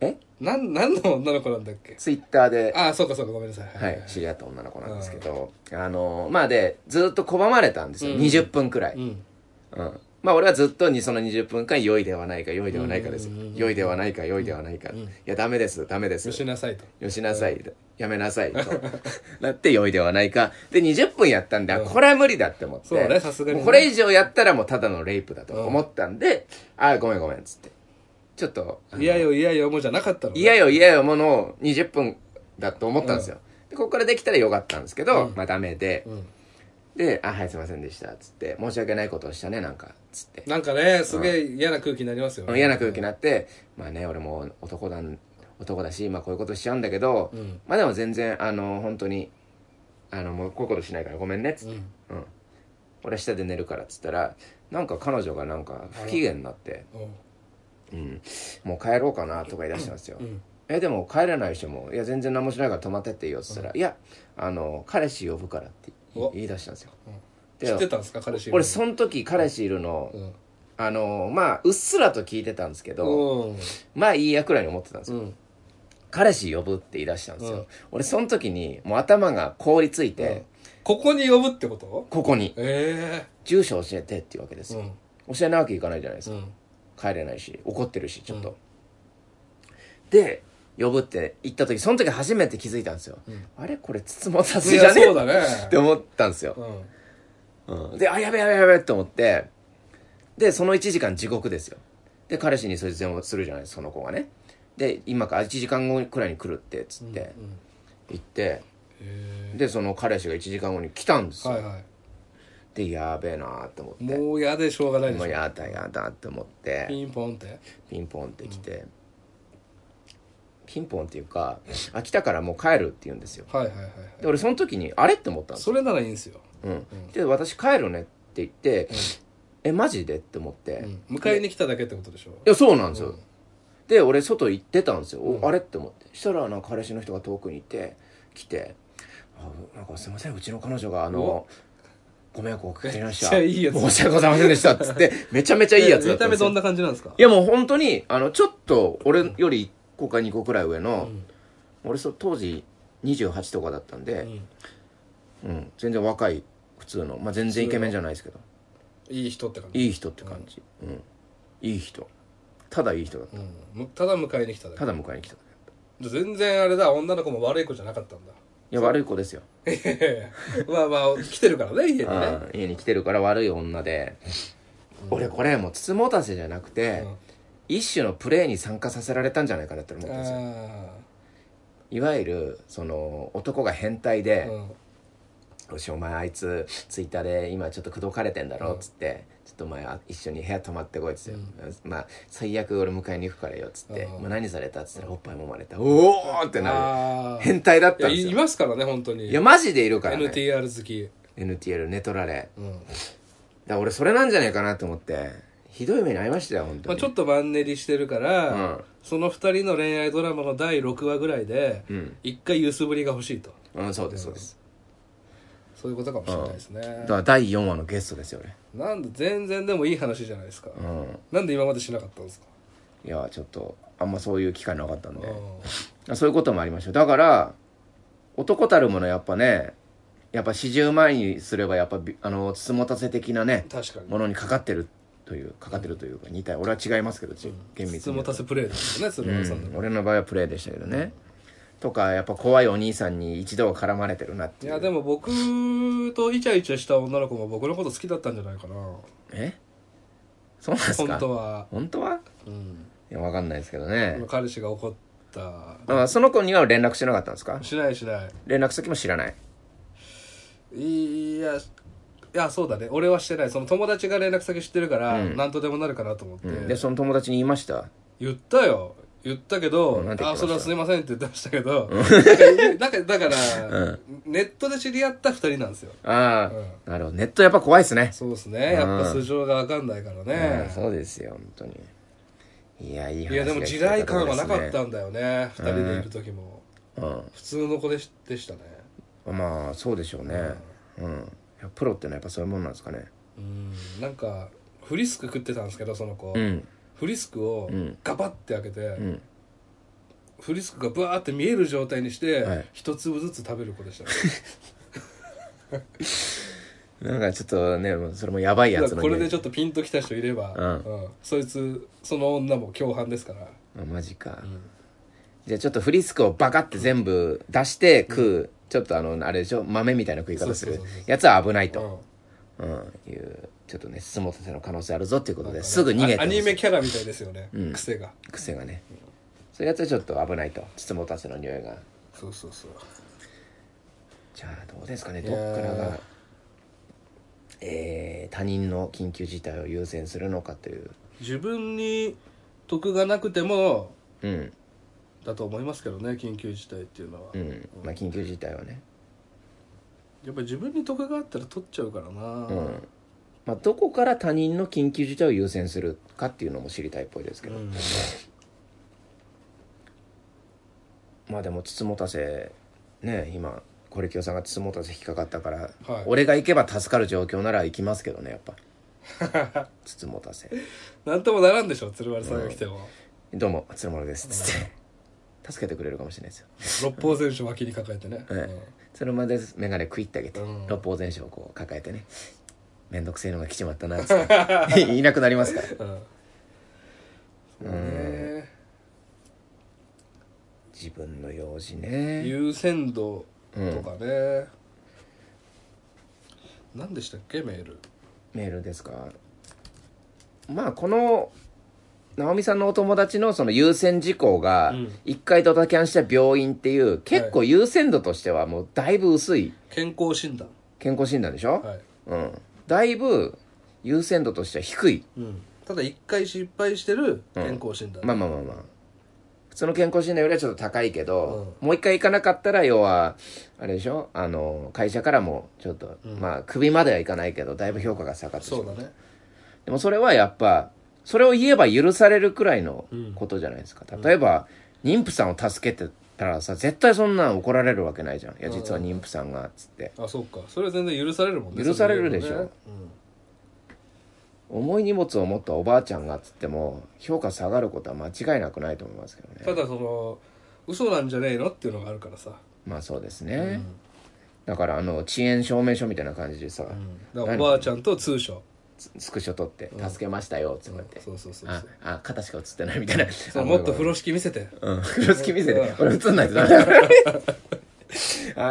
Speaker 1: え
Speaker 2: なんなんの女の子なんだっけ
Speaker 1: ツイッターで、
Speaker 2: ああそうかそうかごめんなさいは
Speaker 1: はい、知り合った女の子なんですけど、あの、まあで、ずーっと拒まれたんですよ。
Speaker 2: うん
Speaker 1: 20分くらい。
Speaker 2: うん
Speaker 1: うん。まあ俺はずっとにその20分間、良いではないか、良いではないかですよ
Speaker 2: うんうんうん。
Speaker 1: 良いではないか、良いではないか。いや、ダメです、ダメです。
Speaker 2: よしなさいと
Speaker 1: よしなさい、やめなさいと [laughs] なって良いではないか。で、20分やったんで、あこれは無理だって思って。
Speaker 2: そうねさすがにね
Speaker 1: もうこれ以上やったらもうただのレイプだと思ったんで、あ、ごめんごめんっつって。ちょっと、あの
Speaker 2: 嫌よ嫌よもうじゃなかったのね
Speaker 1: 嫌よ嫌よものを20分だと思ったんですよ。で、ここからできたらよかったんですけど、まあダメで、
Speaker 2: うん
Speaker 1: で、あ、はいすいませんでした、つって、申し訳ないことをしたね、なんか、つって。
Speaker 2: なんかねすげえ嫌な空気になりますよね
Speaker 1: 嫌な空気になって、まあね、俺も男だん、男だし、まあこういうことしちゃうんだけど、
Speaker 2: うん
Speaker 1: まあでも全然、あの、本当に、あの、もうこういうことしないからごめんね、つっ
Speaker 2: う
Speaker 1: て。
Speaker 2: ん
Speaker 1: うん。俺下で寝るから、つったら、なんか彼女がなんか不機嫌になって、
Speaker 2: うん
Speaker 1: うん。もう帰ろうかな、とか言い出したんですよ。
Speaker 2: うん
Speaker 1: え、でも帰れない人も、いや、全然何もしないから泊まってっていいよ、つったら、いや、あの、彼氏呼ぶからって言い
Speaker 2: お
Speaker 1: 言い出したんですよ。
Speaker 2: 知ってたんですか彼氏
Speaker 1: 俺、その時彼氏いるの、
Speaker 2: うん
Speaker 1: あの、まあ、うっすらと聞いてたんですけど、
Speaker 2: うん
Speaker 1: まあいいやくらいに思ってたんです
Speaker 2: う
Speaker 1: よ。
Speaker 2: ん
Speaker 1: 彼氏呼ぶって言い出したんですよ。
Speaker 2: うん
Speaker 1: 俺、その時に、もう頭が凍りついて、
Speaker 2: うんここに呼ぶってこと
Speaker 1: ここに
Speaker 2: え
Speaker 1: 住所教えてっていうわけで
Speaker 2: え
Speaker 1: すよ、教えないわけいかないじゃないです
Speaker 2: う
Speaker 1: か、
Speaker 2: んうん
Speaker 1: 帰れないし怒ってるしちょっと、
Speaker 2: うん
Speaker 1: で呼ぶって行った時その時初めて気づいたんですよ、
Speaker 2: うん
Speaker 1: あれこれ筒もさす
Speaker 2: い
Speaker 1: じゃ
Speaker 2: や
Speaker 1: ね
Speaker 2: そうだね
Speaker 1: って思ったんですよ、
Speaker 2: うん
Speaker 1: うん、であやべやべやべって思ってでその1時間地獄ですよで彼氏にそいつ電話するじゃないですかその子がねで今から1時間後くらいに来るってつって、
Speaker 2: うんうん
Speaker 1: 行って
Speaker 2: え
Speaker 1: でその彼氏が1時間後に来たんです
Speaker 2: え
Speaker 1: よ、
Speaker 2: はいはい
Speaker 1: でやべえなーって思って
Speaker 2: もうやでしょうがないでし
Speaker 1: もう
Speaker 2: ょ
Speaker 1: やだやだって思って
Speaker 2: ピンポンって
Speaker 1: ピンポンって来て、ピンポンっていうか飽きたからもう帰るって言うんですよ
Speaker 2: はいはいはいはい
Speaker 1: で俺その時にあれって思ったんですよ、
Speaker 2: それならいいんですよ
Speaker 1: うん、で私帰るねって言って、えマジでって思って、い
Speaker 2: うん迎えに来ただけってことでしょ
Speaker 1: やそうなんですよ、
Speaker 2: うん
Speaker 1: で俺外行ってたんですよ、お
Speaker 2: うん
Speaker 1: あれって思ってしたらなんか彼氏の人が遠くにいて来てあなんかすいませんうちの彼女があのご迷惑をおかけしました
Speaker 2: めっちゃいいやつ
Speaker 1: 申し訳ございませんでしたっつってめちゃめちゃいいやつだ
Speaker 2: え
Speaker 1: ったん
Speaker 2: 見た
Speaker 1: で
Speaker 2: 目
Speaker 1: すよ
Speaker 2: どんな感じなんですか
Speaker 1: いやもう本当にあのちょっと俺より1個か2個くらい上の、
Speaker 2: うん
Speaker 1: 俺そう当時28とかだったん
Speaker 2: う
Speaker 1: で、
Speaker 2: ん
Speaker 1: うん全然若い普通の、まあ、全然イケメンじゃないですけど
Speaker 2: いい人って感じ
Speaker 1: いい人って感じ、うんいい人ただいい人だった
Speaker 2: うんむただ迎えに来ただけ
Speaker 1: ただ迎えに来ただけ
Speaker 2: じゃあ全然あれだ女の子も悪い子じゃなかったんだ [laughs]
Speaker 1: いや悪い子ですよ、
Speaker 2: まあまあ来てるからね家にね
Speaker 1: ああ家に来てるから悪い女で、俺これもう筒持たせじゃなくて、
Speaker 2: うん
Speaker 1: 一種のプレーに参加させられたんじゃないかなって思ったんですよ
Speaker 2: あ
Speaker 1: いわゆるその男が変態で、
Speaker 2: あうん
Speaker 1: よしお前あいつツイッターで今ちょっと口説かれてんだろっつって、ちょっとお前あ一緒に部屋泊まってこいっつって、まあ最悪俺迎えに行くからよっつって、
Speaker 2: うん
Speaker 1: まあ、何されたっつったらおっぱい揉まれたおおってなる
Speaker 2: ああ
Speaker 1: 変態だったんで
Speaker 2: い
Speaker 1: す
Speaker 2: やい
Speaker 1: よ
Speaker 2: ますからね本当
Speaker 1: い
Speaker 2: に
Speaker 1: やマジでいるからね
Speaker 2: NTR 好き
Speaker 1: NTL 寝取られだか
Speaker 2: うん
Speaker 1: ら俺それなんじゃないかなと思ってひどい目に遭いましたよ本
Speaker 2: ま
Speaker 1: 当
Speaker 2: あ、
Speaker 1: に、
Speaker 2: ちょっとマンネリしてるから、
Speaker 1: うん
Speaker 2: その2人の恋愛ドラマの第6話ぐらいで、
Speaker 1: ん
Speaker 2: 一回揺すぶりが欲しいと
Speaker 1: うんそうですそうです、
Speaker 2: そういうことかもしれないですね
Speaker 1: だ、から第4話のゲストですよ
Speaker 2: なんで全然でもいい話じゃないですか、
Speaker 1: 俺うん
Speaker 2: なんで今までしなかったんですか、
Speaker 1: いやちょっとあんまそういう機会なかったんで、
Speaker 2: うん
Speaker 1: そういうこともありましょう。だから、男たるものやっぱね、やっぱ四十万にすればやっぱび、あの、つもたせ的なね、
Speaker 2: 確かに
Speaker 1: ものにかかってるという、かかってるというか、似た俺は違いますけど、ち厳密
Speaker 2: 質
Speaker 1: に
Speaker 2: も
Speaker 1: は。
Speaker 2: たせプレイですよね鶴岡さんの、
Speaker 1: うん俺の場合はプレイでしたけどね。とか、やっぱ怖いお兄さんに一度は絡まれてるなって
Speaker 2: い
Speaker 1: いう。
Speaker 2: やでも僕とイチャイチャした女の子も僕のこと好きだったんじゃないかな
Speaker 1: えそうなんですか
Speaker 2: 本当は、
Speaker 1: 本当は
Speaker 2: うん、
Speaker 1: いや、わかんないですけどね。
Speaker 2: 彼氏が怒った
Speaker 1: あその子には連絡しなかったんですか
Speaker 2: しないしない
Speaker 1: 連絡先も知らない。
Speaker 2: いやいやそうだね俺はしてないその友達が連絡先知ってるから、
Speaker 1: うん
Speaker 2: 何とでもなるかなと思って、
Speaker 1: うんで、その友達に言いました
Speaker 2: 言ったよ言ったけど、
Speaker 1: うんなんて言っ
Speaker 2: あ
Speaker 1: て
Speaker 2: そ
Speaker 1: ました
Speaker 2: れはすいませんって言ってましたけど、 [laughs] なんかだからだから、ネットで知り合った2人なんですよ
Speaker 1: ああ、なるほど。ネットやっぱ怖いですね。
Speaker 2: そうですねやっぱ素性が分かんないから
Speaker 1: うん
Speaker 2: ね、
Speaker 1: そうですよ、本当に。いや、いい話
Speaker 2: いやでも地雷感はなか
Speaker 1: が
Speaker 2: っ
Speaker 1: 聞けたと
Speaker 2: たんだよね2人でいる時も、
Speaker 1: ころですね。
Speaker 2: 普通の子でしでしたね
Speaker 1: うん。まあ、そうでしょうね。うん。いやプロってのはやっぱそういうもんなんですかね。
Speaker 2: うんなんかフリスク食ってたんですけどその子、
Speaker 1: うん。
Speaker 2: フリスクを
Speaker 1: うん
Speaker 2: ガバッて開けて、
Speaker 1: うん。
Speaker 2: フリスクがブワーって見える状態にして、
Speaker 1: はい
Speaker 2: 一粒ずつ食べる子でしたね
Speaker 1: なんかちょっとね、それもやば [laughs] いや
Speaker 2: だ
Speaker 1: つ
Speaker 2: か
Speaker 1: の
Speaker 2: らこ
Speaker 1: 匂い
Speaker 2: れでちょっとピンときた人いれば、
Speaker 1: うん
Speaker 2: うんそいつその女も共犯ですから
Speaker 1: あ、マジか。じゃあちょっとフリスクをバカって全部出して食う、ちょっとあの、あれでしょ、豆みたいな食い方す
Speaker 2: そう
Speaker 1: る
Speaker 2: そうそうそう
Speaker 1: やつは危ないと。
Speaker 2: う
Speaker 1: うん。いう、ちょっとね、質問させの可能性あるぞっていうこと
Speaker 2: ん
Speaker 1: で、すぐ逃げて
Speaker 2: あ
Speaker 1: ほ
Speaker 2: ア
Speaker 1: しい
Speaker 2: ニメキャラみたいですよね、
Speaker 1: うん
Speaker 2: 癖が
Speaker 1: 癖がねそういうやつはちょっと危ないと筒持たせの匂いが
Speaker 2: そうそうそう
Speaker 1: じゃあどうですかね
Speaker 2: い
Speaker 1: ど
Speaker 2: やー
Speaker 1: っからがえー、他人の緊急事態を優先するのかという
Speaker 2: 自分に得がなくても
Speaker 1: うん
Speaker 2: だと思いますけどね緊急事態っていうのは、
Speaker 1: う
Speaker 2: や
Speaker 1: んまあ緊急事態はね
Speaker 2: っぱ自分に得があったら取っちゃうからな、
Speaker 1: うん、まあ、どこから他人の緊急事態を優先するかっていうのも知りたいっぽいですけど、
Speaker 2: うん
Speaker 1: まあでも筒持たせね今コレキオさんが筒持たせ引っかかったから、
Speaker 2: はい
Speaker 1: 俺が行けば助かる状況なら行きますけどねや
Speaker 2: [laughs]
Speaker 1: っぱ筒持たせ
Speaker 2: なんともならんでしょ鶴丸さんが来ても、
Speaker 1: どうも、つるまるです。つって。助けてくれるかもしれないですよ
Speaker 2: 六方全書脇に抱えてね、
Speaker 1: ええ
Speaker 2: うん
Speaker 1: それまで眼鏡食いってあげて、
Speaker 2: うん
Speaker 1: 六方全書をこう抱えてね面倒くせえのが来ちまったなっつって [laughs] いなくなりますから
Speaker 2: うんそうね
Speaker 1: 自分の用事ね
Speaker 2: 優先度とかね、何でしたっけメール
Speaker 1: メールですかまあこの直美さんのお友達のその優先事項が
Speaker 2: うん
Speaker 1: 1回ドタキャンした病院っていう結構優先度としてはもうだいぶ薄い
Speaker 2: 健康診断
Speaker 1: 健康診断でしょ、
Speaker 2: はい、
Speaker 1: うんだいぶ優先度としては低い
Speaker 2: うん、ただ一回失敗してる健康診断、
Speaker 1: まあまあまあまあ普通の健康診断よりはちょっと高いけど、もう一回行かなかったら要はあれでしょあの会社からもちょっと、まあ首まではいかないけどだいぶ評価が下がってしま
Speaker 2: そううだね
Speaker 1: でもそれはやっぱそれを言えば許されるくらいのことじゃないですか、例えば妊婦さんを助けてたらさ絶対そんなん怒られるわけないじゃんいや実は妊婦さんがっつって
Speaker 2: あそうかそれは全然許されるもんね
Speaker 1: 許されるでしょ
Speaker 2: それね
Speaker 1: 重い荷物を持ったおばあちゃんがっつっても評価下がることは間違いなくないと思いますけどね
Speaker 2: うんただその嘘なんじゃねえのっていうのがあるからさ、
Speaker 1: まあそうですね、だからあの遅延証明書みたいな感じでさ、
Speaker 2: だからおばあちゃんと通称
Speaker 1: ススクショ撮って「助けましたよ」って言って、
Speaker 2: そうそうそう
Speaker 1: ああ肩しか映ってないみたいな
Speaker 2: そう
Speaker 1: あ
Speaker 2: もっと風呂敷見せて
Speaker 1: [laughs] うん風呂敷見せて俺映んないとダメだ [laughs] からあ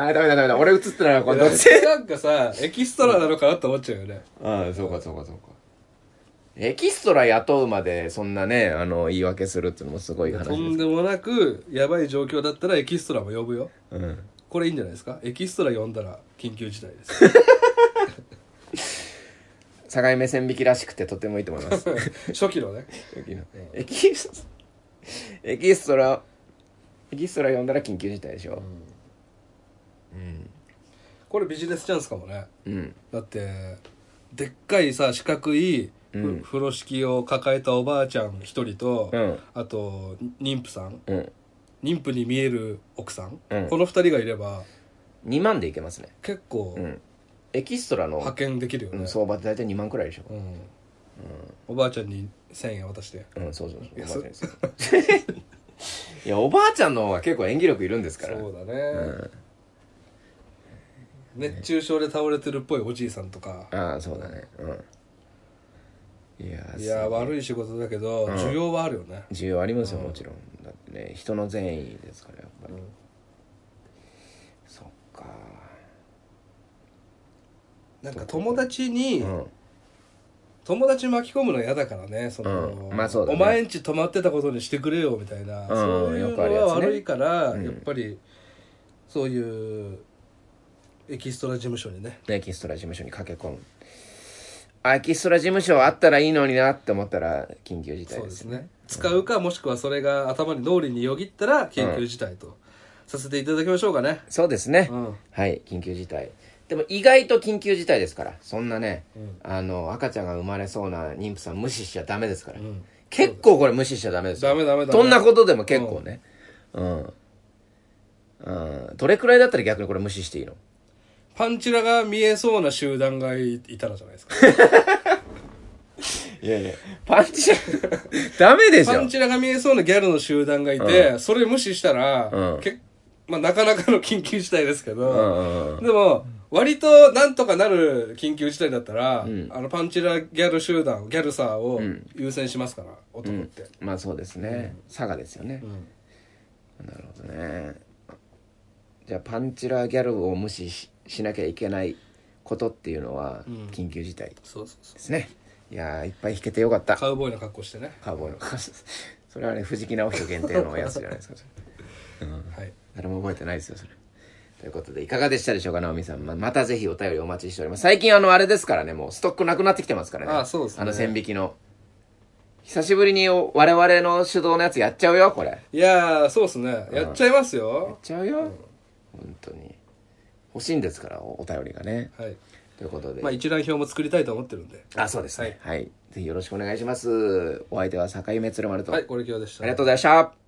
Speaker 1: ーダメだダメだ俺映ってないわ
Speaker 2: [laughs]
Speaker 1: これどっち
Speaker 2: なんかさエキストラなのかなって思っちゃうよね
Speaker 1: ああそうかそうかそうかエキストラ雇うまでそんなねあの言い訳するっていうのもすごい話
Speaker 2: と
Speaker 1: で
Speaker 2: ん
Speaker 1: す
Speaker 2: でもなくやばい状況だったらエキストラも呼ぶよ
Speaker 1: うん
Speaker 2: これいいんじゃないですかエキストラ呼んだら緊急事態です [laughs]
Speaker 1: 境目線引きらしくてとてもいいと思います
Speaker 2: [laughs] 初期のね
Speaker 1: エキスエキストラエキストラ呼んだら緊急事態でしょ
Speaker 2: これビジネスチャンスかもね
Speaker 1: うん
Speaker 2: だってでっかいさ四角いふ
Speaker 1: うん
Speaker 2: 風呂敷を抱えたおばあちゃん一人と、
Speaker 1: うん
Speaker 2: あと妊婦さん
Speaker 1: うん
Speaker 2: 妊婦に見える奥さん、
Speaker 1: うん
Speaker 2: この二人がいれば
Speaker 1: 2万でいけますね
Speaker 2: 結構
Speaker 1: うんエキストラの、
Speaker 2: 派遣できるよね、
Speaker 1: うん、相場って大体2万くらいでしょ
Speaker 2: うんおばあちゃんに1000円渡して
Speaker 1: うんそうそうそうおばあちゃ
Speaker 2: そ
Speaker 1: んです [laughs] いやおばあちゃんの方が結構演技力いるんですから
Speaker 2: そうだね、熱中症で倒れてるっぽいおじいさんとか
Speaker 1: ああそうだねうんいやー
Speaker 2: いやー悪い仕事だけど、需要はあるよね
Speaker 1: 需要ありますよもちろんだってね人の善意ですからやっぱり、そっか
Speaker 2: なんか友達に、
Speaker 1: うん
Speaker 2: 友達巻き込むの嫌だからねその、
Speaker 1: うんまあそうだね
Speaker 2: お前んち泊まってたことにしてくれよみたいな、
Speaker 1: ん
Speaker 2: そういう
Speaker 1: よ
Speaker 2: の
Speaker 1: くあるや
Speaker 2: は
Speaker 1: つね
Speaker 2: 悪いから、
Speaker 1: ん
Speaker 2: やっぱりそういうエキストラ事務所にね
Speaker 1: エキストラ事務所に駆け込むあエキストラ事務所あったらいいのになって思ったら緊急事態
Speaker 2: そう
Speaker 1: で
Speaker 2: ですすね使うかもしくはそれが頭に脳裏によぎったら緊急事態と、させていただきましょうかね
Speaker 1: そうですね、
Speaker 2: うん
Speaker 1: はい緊急事態でも意外と緊急事態ですからそんなね、あの赤ちゃんが生まれそうな妊婦さん無視しちゃダメですから、結構これ無視しちゃダメですよ
Speaker 2: ダメダメダメ
Speaker 1: どんなことでも結構ねうん、うん、どれくらいだったら逆にこれ無視していいの
Speaker 2: パンチラが見えそうな集団がいいたらじゃないですか
Speaker 1: いやいやパンチダメでし
Speaker 2: パ
Speaker 1: ょ
Speaker 2: ンチラが見えそうなギャルの集団がいて、それ無視したら、
Speaker 1: うん
Speaker 2: けまあ、なかなかの緊急事態ですけど、
Speaker 1: うんうんうん
Speaker 2: でも、割となんとかなる緊急事態だったら、あのパンチラギャル集団、ギャルサーを優先しますから、男って。
Speaker 1: まあそうですね、佐賀ですよね、なるほどねじゃあパンチラーギャルを無視ししなきゃいけないことっていうのは緊急事態で
Speaker 2: そうそうそう。
Speaker 1: すね、いやーいっぱい弾けてよかった
Speaker 2: カウボーイの格好してね。
Speaker 1: カウボーイの [laughs] それはね藤木直人限定のやつじゃないですかそれ
Speaker 2: はい。
Speaker 1: 誰も覚えてないですよそれということでいかがでしたでしょうか直美さんままたぜひお便りお待ちしております最近あのあれですからねもうストックなくなってきてますからね
Speaker 2: あそうですね
Speaker 1: あの線引きの久しぶりにお我々の手動のやつやっちゃうよこれ
Speaker 2: いやー、そうですね。やっちゃいますよ。
Speaker 1: ちゃうよ、本当に欲しいんですからおお便りがね
Speaker 2: はい。
Speaker 1: ということで、
Speaker 2: まあ、一覧表も作りたいと思ってるんで。
Speaker 1: あそうですねはい、ぜひよろしくお願いしますお相手は境目鶴丸と、
Speaker 2: はい、これ今日でした
Speaker 1: ありが。とうございました